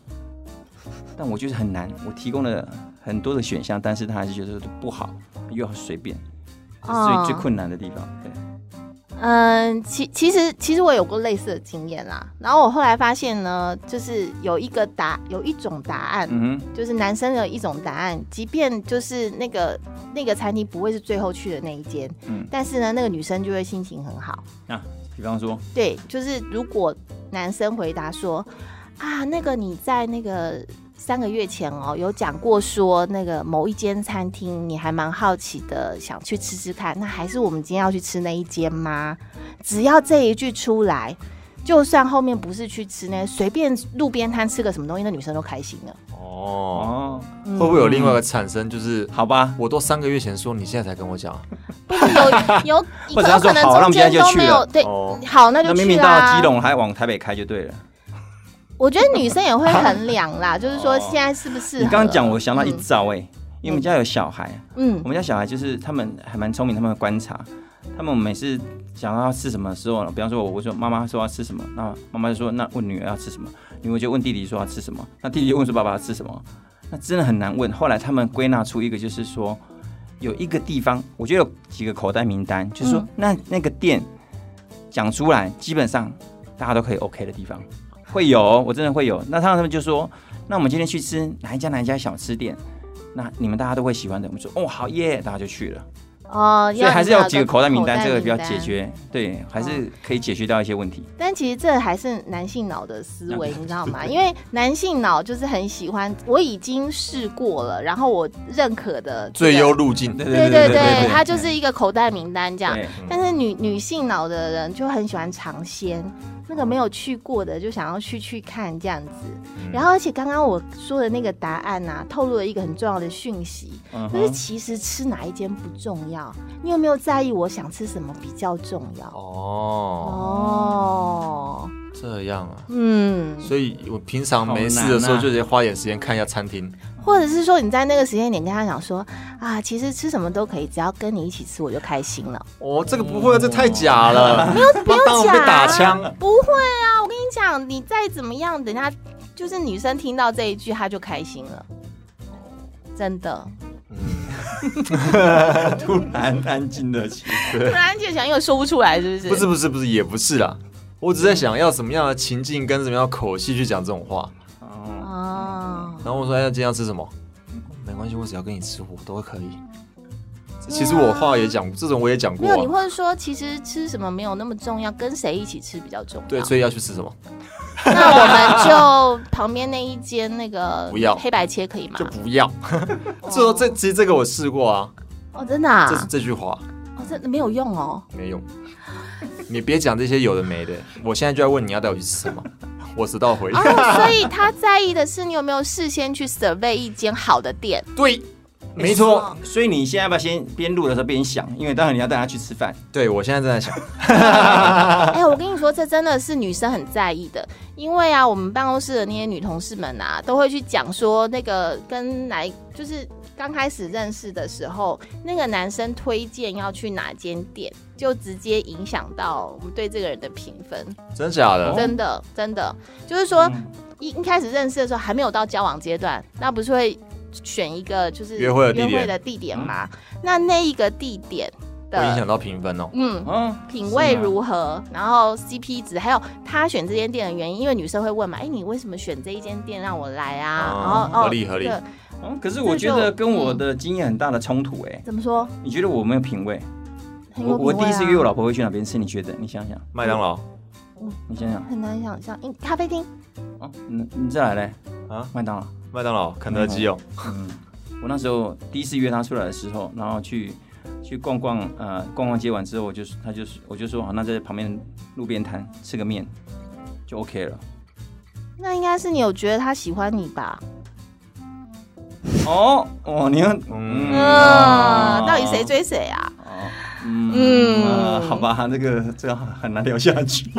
Speaker 3: 但我就是很难，我提供了很多的选项，但是他还是觉得不好，又要随便，这是最、
Speaker 2: 哦
Speaker 3: 最困难的地方。对，
Speaker 2: 嗯，其其实其实我有过类似的经验啦，然后我后来发现呢，就是有一个答有一种答案，
Speaker 3: 嗯哼，
Speaker 2: 就是男生的一种答案，即便就是那个那个餐厅不会是最后去的那一间，
Speaker 3: 嗯
Speaker 2: 但是呢，那个女生就会心情很好。
Speaker 3: 比方说，
Speaker 2: 对，就是如果男生回答说啊，那个你在那个三个月前哦，有讲过说那个某一间餐厅你还蛮好奇的，想去吃吃看，那还是我们今天要去吃那一间吗？只要这一句出来。就算后面不是去吃呢，随便路边摊吃个什么东西，那女生都开心了。
Speaker 3: 哦，
Speaker 4: 哦，
Speaker 2: 嗯
Speaker 4: 会不会有另外一个产生？就是
Speaker 3: 好吧，
Speaker 4: 我都三个月前说，你现在才跟我讲，
Speaker 2: 不是有 有，
Speaker 3: 或者他
Speaker 2: 有可
Speaker 3: 说
Speaker 2: 能
Speaker 3: 好那我
Speaker 2: 中
Speaker 3: 们现在
Speaker 2: 间
Speaker 3: 就
Speaker 2: 都
Speaker 3: 去
Speaker 2: 没有
Speaker 3: 了
Speaker 2: 对
Speaker 4: 哦，
Speaker 2: 好那就
Speaker 3: 那明
Speaker 2: 去啊
Speaker 3: 明到
Speaker 2: 啦。
Speaker 3: 了基隆还往台北开就对了。
Speaker 2: 我觉得女生也会衡量 啦，就是说
Speaker 3: 哦
Speaker 2: 现在适不适合。
Speaker 3: 你刚刚讲，我想到一
Speaker 2: 嗯
Speaker 3: 招哎、因为我们家有小孩，
Speaker 2: 嗯
Speaker 3: 我们家小孩就是他们还蛮聪明，他们会观察。他们每次想要吃什么的时候，比方说我我说妈妈说要吃什么，那妈妈就说那问女儿要吃什么，女儿就问弟弟说要吃什么，那弟弟就问说爸爸要吃什么，那真的很难问。后来他们归纳出一个，就是说有一个地方，我觉得有几个口袋名单，就是说、
Speaker 2: 嗯
Speaker 3: 那那个店讲出来，基本上大家都可以 OK 的地方，会有哦，我真的会有。那他们就说，那我们今天去吃哪一家哪一家小吃店，那你们大家都会喜欢的。我们说哦好耶，大家就去了。
Speaker 2: 哦，
Speaker 3: 所以还是
Speaker 2: 要
Speaker 3: 有几个口袋名单，这个比
Speaker 2: 比较
Speaker 3: 较解。决，对，还是可以解决掉一些问题。
Speaker 2: 但其实这还是男性脑的 思维，你知道吗？因为男性脑就是很喜欢，我已经试过了，然后我认可的这个
Speaker 4: 最优。路径。
Speaker 2: 对对对，它就是
Speaker 3: 一嗯
Speaker 2: 一个口袋名单这样。
Speaker 3: 对
Speaker 2: 但是女女性脑的人就很喜欢尝鲜，那个没有去过的就想要去去看这样子。
Speaker 3: 嗯
Speaker 2: 然后，而且刚刚我说的那个答案啊，透露了一个很重要的讯息，
Speaker 3: 嗯
Speaker 2: 就 是
Speaker 3: 哼，
Speaker 2: 其实吃哪一间不重要，你有没有在意我想吃什么比较重要？
Speaker 4: 哦，
Speaker 2: 哦，
Speaker 4: 这样啊。
Speaker 2: 嗯，
Speaker 4: 所以我平常没事的
Speaker 3: 好
Speaker 4: 时候
Speaker 3: 难啊
Speaker 4: 就直接花点时间看一下餐厅，
Speaker 2: 或者是说你在那个时间点跟他讲说啊，其实吃什么都可以，只要跟你一起吃我就开心了。
Speaker 4: 哦，这个不会，这太假了，没有， 不
Speaker 2: 不
Speaker 4: 当
Speaker 2: 要
Speaker 4: 被
Speaker 2: 假
Speaker 4: 打枪。
Speaker 2: 不会啊，我跟你讲，你再怎么样，等下就是女生听到这一句，她就开心了，真 的。
Speaker 3: 突然安静了起来。
Speaker 2: 突然就想又说不出来，是不是？
Speaker 4: 不是不是不是，也不是啦，我只是在想要什么样的情境跟什么样的口气去讲这种话。
Speaker 3: 哦，
Speaker 2: 哦，
Speaker 4: 然后我说，哎，今天要吃什么？没关系，我只要跟你吃，我都可以。其实我话也讲，这种我也讲
Speaker 2: 没
Speaker 4: 过、
Speaker 2: 有，你
Speaker 4: 啊。
Speaker 2: 或者说其实吃什么没有那么重要，跟谁一起吃比较重要。
Speaker 4: 对，所以要去吃什么？
Speaker 2: 那我们就旁边那一间那个
Speaker 4: 不要
Speaker 2: 黑白切可以吗
Speaker 4: 就？不要。 这这其实这个我试过啊，
Speaker 2: 哦，真的啊
Speaker 4: 这，是这句话
Speaker 2: 哦，真的没有用 哦。
Speaker 4: 没用。你别讲这些有的没的，我现在就要问你要带我去吃什么， 我知道回。
Speaker 2: 哦，所以他在意的是你有没有事先去 survey 一间好的店。
Speaker 4: 对，没错，
Speaker 3: 所以你现在要不要先边录的时候边想，因为待会你要带他去吃饭。
Speaker 4: 对我现在正在想，
Speaker 2: 哎、我跟你说，这真的是女生很在意的，因为啊，我们办公室的那些女同事们啊，都会去讲说那个跟哪一，就是刚开始认识的时候，那个男生推荐要去哪间店，就直接影响到我们对这个人的评分。
Speaker 4: 真假的？
Speaker 2: 真的，真的，就是说
Speaker 3: 嗯
Speaker 2: 一一开始认识的时候还没有到交往阶段，那不是会选一个就是
Speaker 4: 约会的地点
Speaker 2: 地点吗？那那一个地点
Speaker 4: 会影
Speaker 2: 的
Speaker 4: 响到评分哦。
Speaker 2: 嗯
Speaker 3: 嗯，
Speaker 2: 品味
Speaker 3: 是吗
Speaker 2: 如何，然后 CP 值，还有他选这间店的原因，因为女生会问嘛，哎，你为什么选这一间店让我来啊？
Speaker 4: 哦
Speaker 2: 然后
Speaker 4: 合理合理
Speaker 2: 这个
Speaker 3: 哦，可是我觉得跟我的经验很大的冲突哎、
Speaker 2: 怎么说？
Speaker 3: 你觉得我没有品味？
Speaker 2: 很
Speaker 3: 我
Speaker 2: 有
Speaker 3: 我
Speaker 2: 品味
Speaker 3: 第一次
Speaker 2: 啊
Speaker 3: 约我老婆会去哪边吃？你觉得？你想想，
Speaker 4: 麦当劳
Speaker 3: 你想想，
Speaker 2: 很难想象，嗯，咖啡厅
Speaker 3: 哦，你你再来嘞
Speaker 4: 啊，
Speaker 3: 麦当劳。
Speaker 4: 麦当劳、肯德基哦，
Speaker 3: 嗯，我那时候第一次约她出来的时候，然后去去逛逛，呃，逛逛街完之后，我就是她就是我就说哦好，那在旁边路边摊吃个面就 OK 了。
Speaker 2: 那应该是你有觉得他喜欢你吧？
Speaker 3: 哦哦，你要
Speaker 4: 嗯
Speaker 2: 嗯，到底谁？追谁啊？
Speaker 3: 哦嗯
Speaker 2: 嗯
Speaker 3: 啊好吧，这个这个很难聊下去。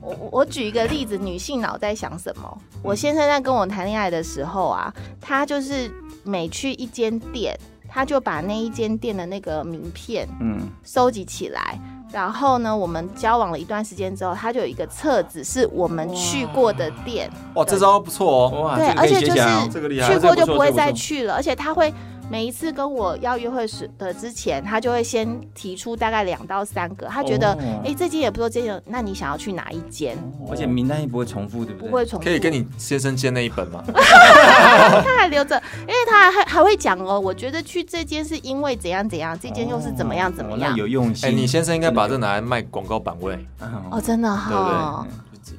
Speaker 2: 我我我举一个例子，女性脑在想什么？
Speaker 3: 嗯
Speaker 2: 我先生在跟我谈恋爱的时候啊，他就是每去一间店，他就把那一间店的那个名片
Speaker 3: 嗯，
Speaker 2: 收集起来。然后呢，我们交往了一段时间之后，他就有一个册子是我们去过的店，
Speaker 4: 哇，这招不错哦。
Speaker 3: 哇，
Speaker 2: 对，
Speaker 3: 这个可
Speaker 2: 而
Speaker 3: 以
Speaker 2: 且
Speaker 3: 写
Speaker 2: 就
Speaker 3: 起来哦
Speaker 4: 这个厉
Speaker 2: 是
Speaker 4: 害
Speaker 2: 去
Speaker 3: 这
Speaker 2: 过
Speaker 3: 个不
Speaker 2: 就
Speaker 3: 错
Speaker 2: 不会
Speaker 3: 这个不
Speaker 2: 再
Speaker 3: 错
Speaker 2: 去了，而且他会每一次跟我要约会时的之前，他就会先提出大概两到三个，他觉得
Speaker 3: 哦
Speaker 2: 哎、诶这间也不错，这间也那你想要去哪一间？
Speaker 3: 而且名单也不会重复，对不
Speaker 2: 不
Speaker 3: 对？
Speaker 2: 会重复，
Speaker 4: 可以跟你先生借那一本 吗？
Speaker 2: 他还留着，因为他还还会讲哦，我觉得去这间是因为怎样怎样，这间又是怎么样怎么
Speaker 3: 哦
Speaker 2: 样
Speaker 3: 那。有用心。
Speaker 4: 哎，你先生应该把这拿来卖广告版位，
Speaker 2: 哦，
Speaker 3: 哦，
Speaker 2: 真的
Speaker 4: 对不
Speaker 2: 哈、
Speaker 4: 对？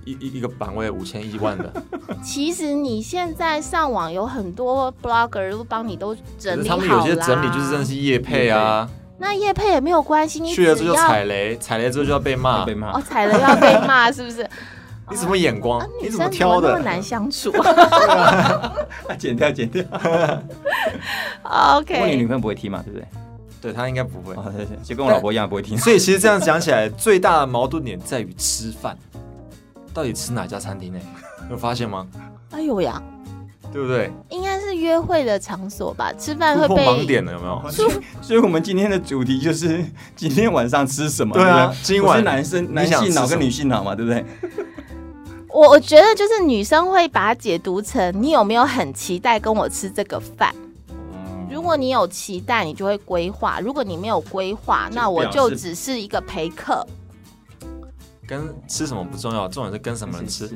Speaker 4: 一一一个版位五千一万的，
Speaker 2: 其实你现在上网有很多 blogger 都帮你都
Speaker 4: 可
Speaker 2: 整
Speaker 4: 是
Speaker 2: 理
Speaker 4: 他
Speaker 2: 好
Speaker 4: 们有些
Speaker 2: 啦
Speaker 4: 整理就是真的是业配啊，
Speaker 2: 那叶配也没有关系，你
Speaker 4: 去了之
Speaker 2: 只
Speaker 4: 后就
Speaker 2: 要
Speaker 4: 踩雷，踩雷之后就要被骂
Speaker 3: 啊被。骂
Speaker 2: 哦，踩了要被骂，是不 是？
Speaker 4: 你什么眼光
Speaker 2: 啊，？
Speaker 4: 你
Speaker 2: 女
Speaker 4: 怎么
Speaker 2: 生
Speaker 4: 挑
Speaker 2: 那
Speaker 4: 的
Speaker 2: 么？难相 处
Speaker 3: 剪掉剪掉。不过你女
Speaker 2: ？OK，
Speaker 3: 朋友不会听嘛，对不对？
Speaker 4: 对他应该不会。
Speaker 3: 哦，对对，就跟我老婆一样不会听。
Speaker 4: 所以其实这样讲起来，最大的矛盾点在于吃饭，到底吃哪家餐厅呢？ 有发现吗？
Speaker 2: 哎呦呀，
Speaker 4: 对不对？
Speaker 2: 应该是约会的场所吧？吃饭
Speaker 4: 突
Speaker 2: 会
Speaker 4: 破盲
Speaker 2: 被
Speaker 4: 点了，有没有？
Speaker 3: 所以我们今天的主题就是今天晚上吃什么？
Speaker 4: 对啊
Speaker 3: 不
Speaker 4: 今晚
Speaker 3: 不是男生男
Speaker 4: 你想吃
Speaker 3: 性
Speaker 4: 什么
Speaker 3: 脑跟女性脑嘛，对不对？
Speaker 2: 我，我觉得就是女生会把它解读成你有没有很期待跟我吃这个饭。
Speaker 3: 嗯
Speaker 2: 如果你有期待，你就会规划；如果你没有规划，
Speaker 3: 就
Speaker 2: 那我
Speaker 3: 表
Speaker 2: 就
Speaker 3: 示
Speaker 2: 只是一个陪客。
Speaker 4: 跟吃什么不重要，重点是跟什么人吃。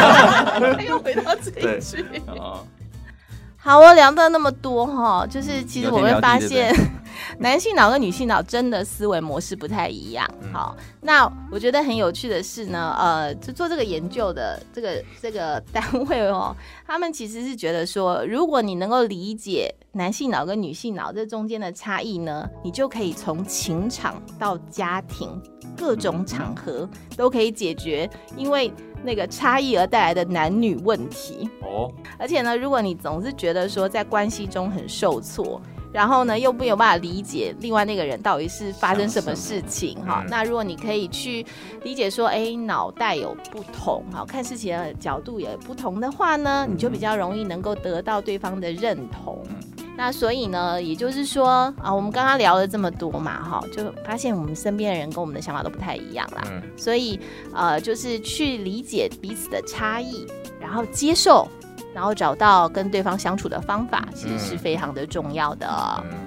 Speaker 2: 又回到这
Speaker 4: 对
Speaker 2: 句。
Speaker 3: 哦，
Speaker 2: 好，我聊到那么多哈，就是其实我会发现， 男性脑跟女性脑真的思维模式不太一样。好，那我觉得很有趣的是呢，呃，就做这个研究的这个这个单位哦， 他们其实是觉得说，如果你能够理解男性脑跟女性脑这中间的差异呢，你就可以从情场到家庭各种场合都可以解决，因为那个差异而带来的男女问题。
Speaker 4: 哦，
Speaker 2: 而且呢，如果你总是觉得说在关系中很受挫，然后呢又没有办法理解另外那个人到底是发生什么事情哈、
Speaker 4: 嗯
Speaker 2: 那如果你可以去理解说，哎，脑袋有不同，好看事情的角度也不同的话呢，你就比较容易能够得到对方的认同。那所以呢，也就是说啊，我们刚刚聊了这么多嘛，哈，就发现我们身边的人跟我们的想法都不太一样啦。
Speaker 4: 嗯
Speaker 2: 所以呃，就是去理解彼此的差异，然后接受，然后找到跟对方相处的方法，其实是非常的重要的。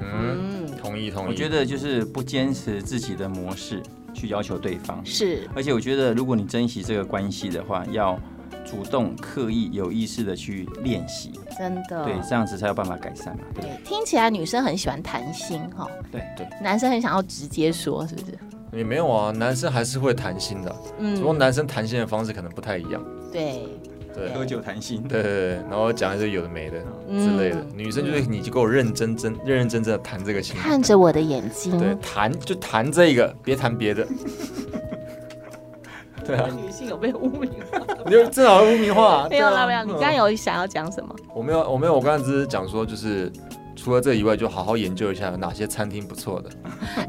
Speaker 4: 嗯，
Speaker 2: 嗯，
Speaker 4: 同意同意。
Speaker 3: 我觉得就是不坚持自己的模式去要求对方，
Speaker 2: 是
Speaker 3: 而且我觉得如果你珍惜这个关系的话，要主动、刻意、有意识的去练习，
Speaker 2: 真的。
Speaker 3: 对，这样子才有办法改善嘛。对
Speaker 2: 对听起来女生很喜欢谈心哈、哦，
Speaker 3: 对对，
Speaker 2: 男生很想要直接说，是不是？
Speaker 4: 也没有啊，男生还是会谈心的，只不过
Speaker 2: 嗯，
Speaker 4: 男生谈心的方式可能不太一样。
Speaker 2: 对，
Speaker 4: 对
Speaker 3: 喝酒谈心，
Speaker 4: 对对对，然后讲一些有的没的
Speaker 2: 嗯
Speaker 4: 之类的。女生就是你就给我认真真、认认真真的谈这个心，
Speaker 2: 看哦着我的眼
Speaker 4: 对，
Speaker 2: 睛，
Speaker 4: 谈就谈这个，别谈别的。 对啊，
Speaker 2: 女性有被污名化？
Speaker 4: 你就正好污名化。
Speaker 2: 没有
Speaker 4: 对啊
Speaker 2: 啦， 没有。你刚刚有想要讲什么？
Speaker 4: 我没有，我没有，我刚才只是讲说，就是除了这以外，就好好研究一下有哪些餐厅不错的，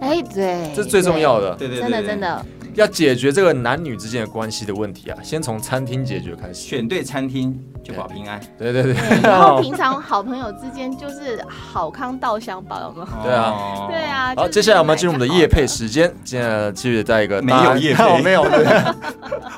Speaker 2: 哎，对，
Speaker 4: 这是最重要的。
Speaker 3: 对对
Speaker 2: 对，真的真，的，
Speaker 4: 要解决这个男女之间的关系的问题啊，先从餐厅解决开始。
Speaker 3: 选对餐厅就保平安。
Speaker 4: 对对对，
Speaker 2: 对然后
Speaker 4: 哦
Speaker 2: 平常好朋友之间就是好康道相保，有没有？
Speaker 4: 对
Speaker 3: 啊
Speaker 2: 对。啊。
Speaker 4: 哦好，
Speaker 2: 就是
Speaker 4: 接下来我们要进入我们的夜配
Speaker 2: 买
Speaker 4: 时间，现在继续在一个
Speaker 3: 没有业配
Speaker 4: 哦没有 对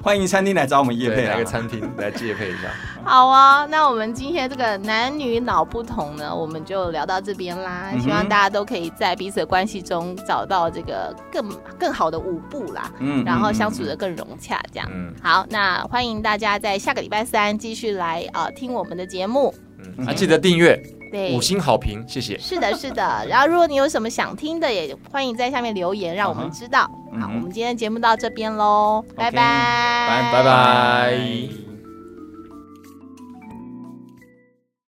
Speaker 3: 欢迎餐厅来找我们夜
Speaker 4: 夜配
Speaker 3: 配
Speaker 4: 来
Speaker 3: 啊
Speaker 4: 个。餐厅来夜配一下。
Speaker 2: 个好。好啊，那我们今天这个男女脑不同呢，我们就聊到这边啦。
Speaker 3: 嗯哼
Speaker 2: 希望大家都可以在彼此的关系中找到这个更更好的舞步啦，
Speaker 3: 嗯
Speaker 2: 然后相处的更融洽，这样。
Speaker 4: 嗯
Speaker 2: 好，那欢迎大家在下个礼拜三继续来啊、呃听我们的节目。
Speaker 4: 嗯，还记得订阅，
Speaker 2: 对
Speaker 4: 五，星好评，谢谢。
Speaker 2: 是的，是的。然后如果你有什么想听的，也欢迎在下面留言，让我
Speaker 3: 嗯
Speaker 2: 们
Speaker 3: 哼
Speaker 2: 知道。好，
Speaker 3: 嗯哼
Speaker 2: 我们今天节目到这边喽，拜
Speaker 3: OK，
Speaker 2: 拜，
Speaker 4: 拜拜。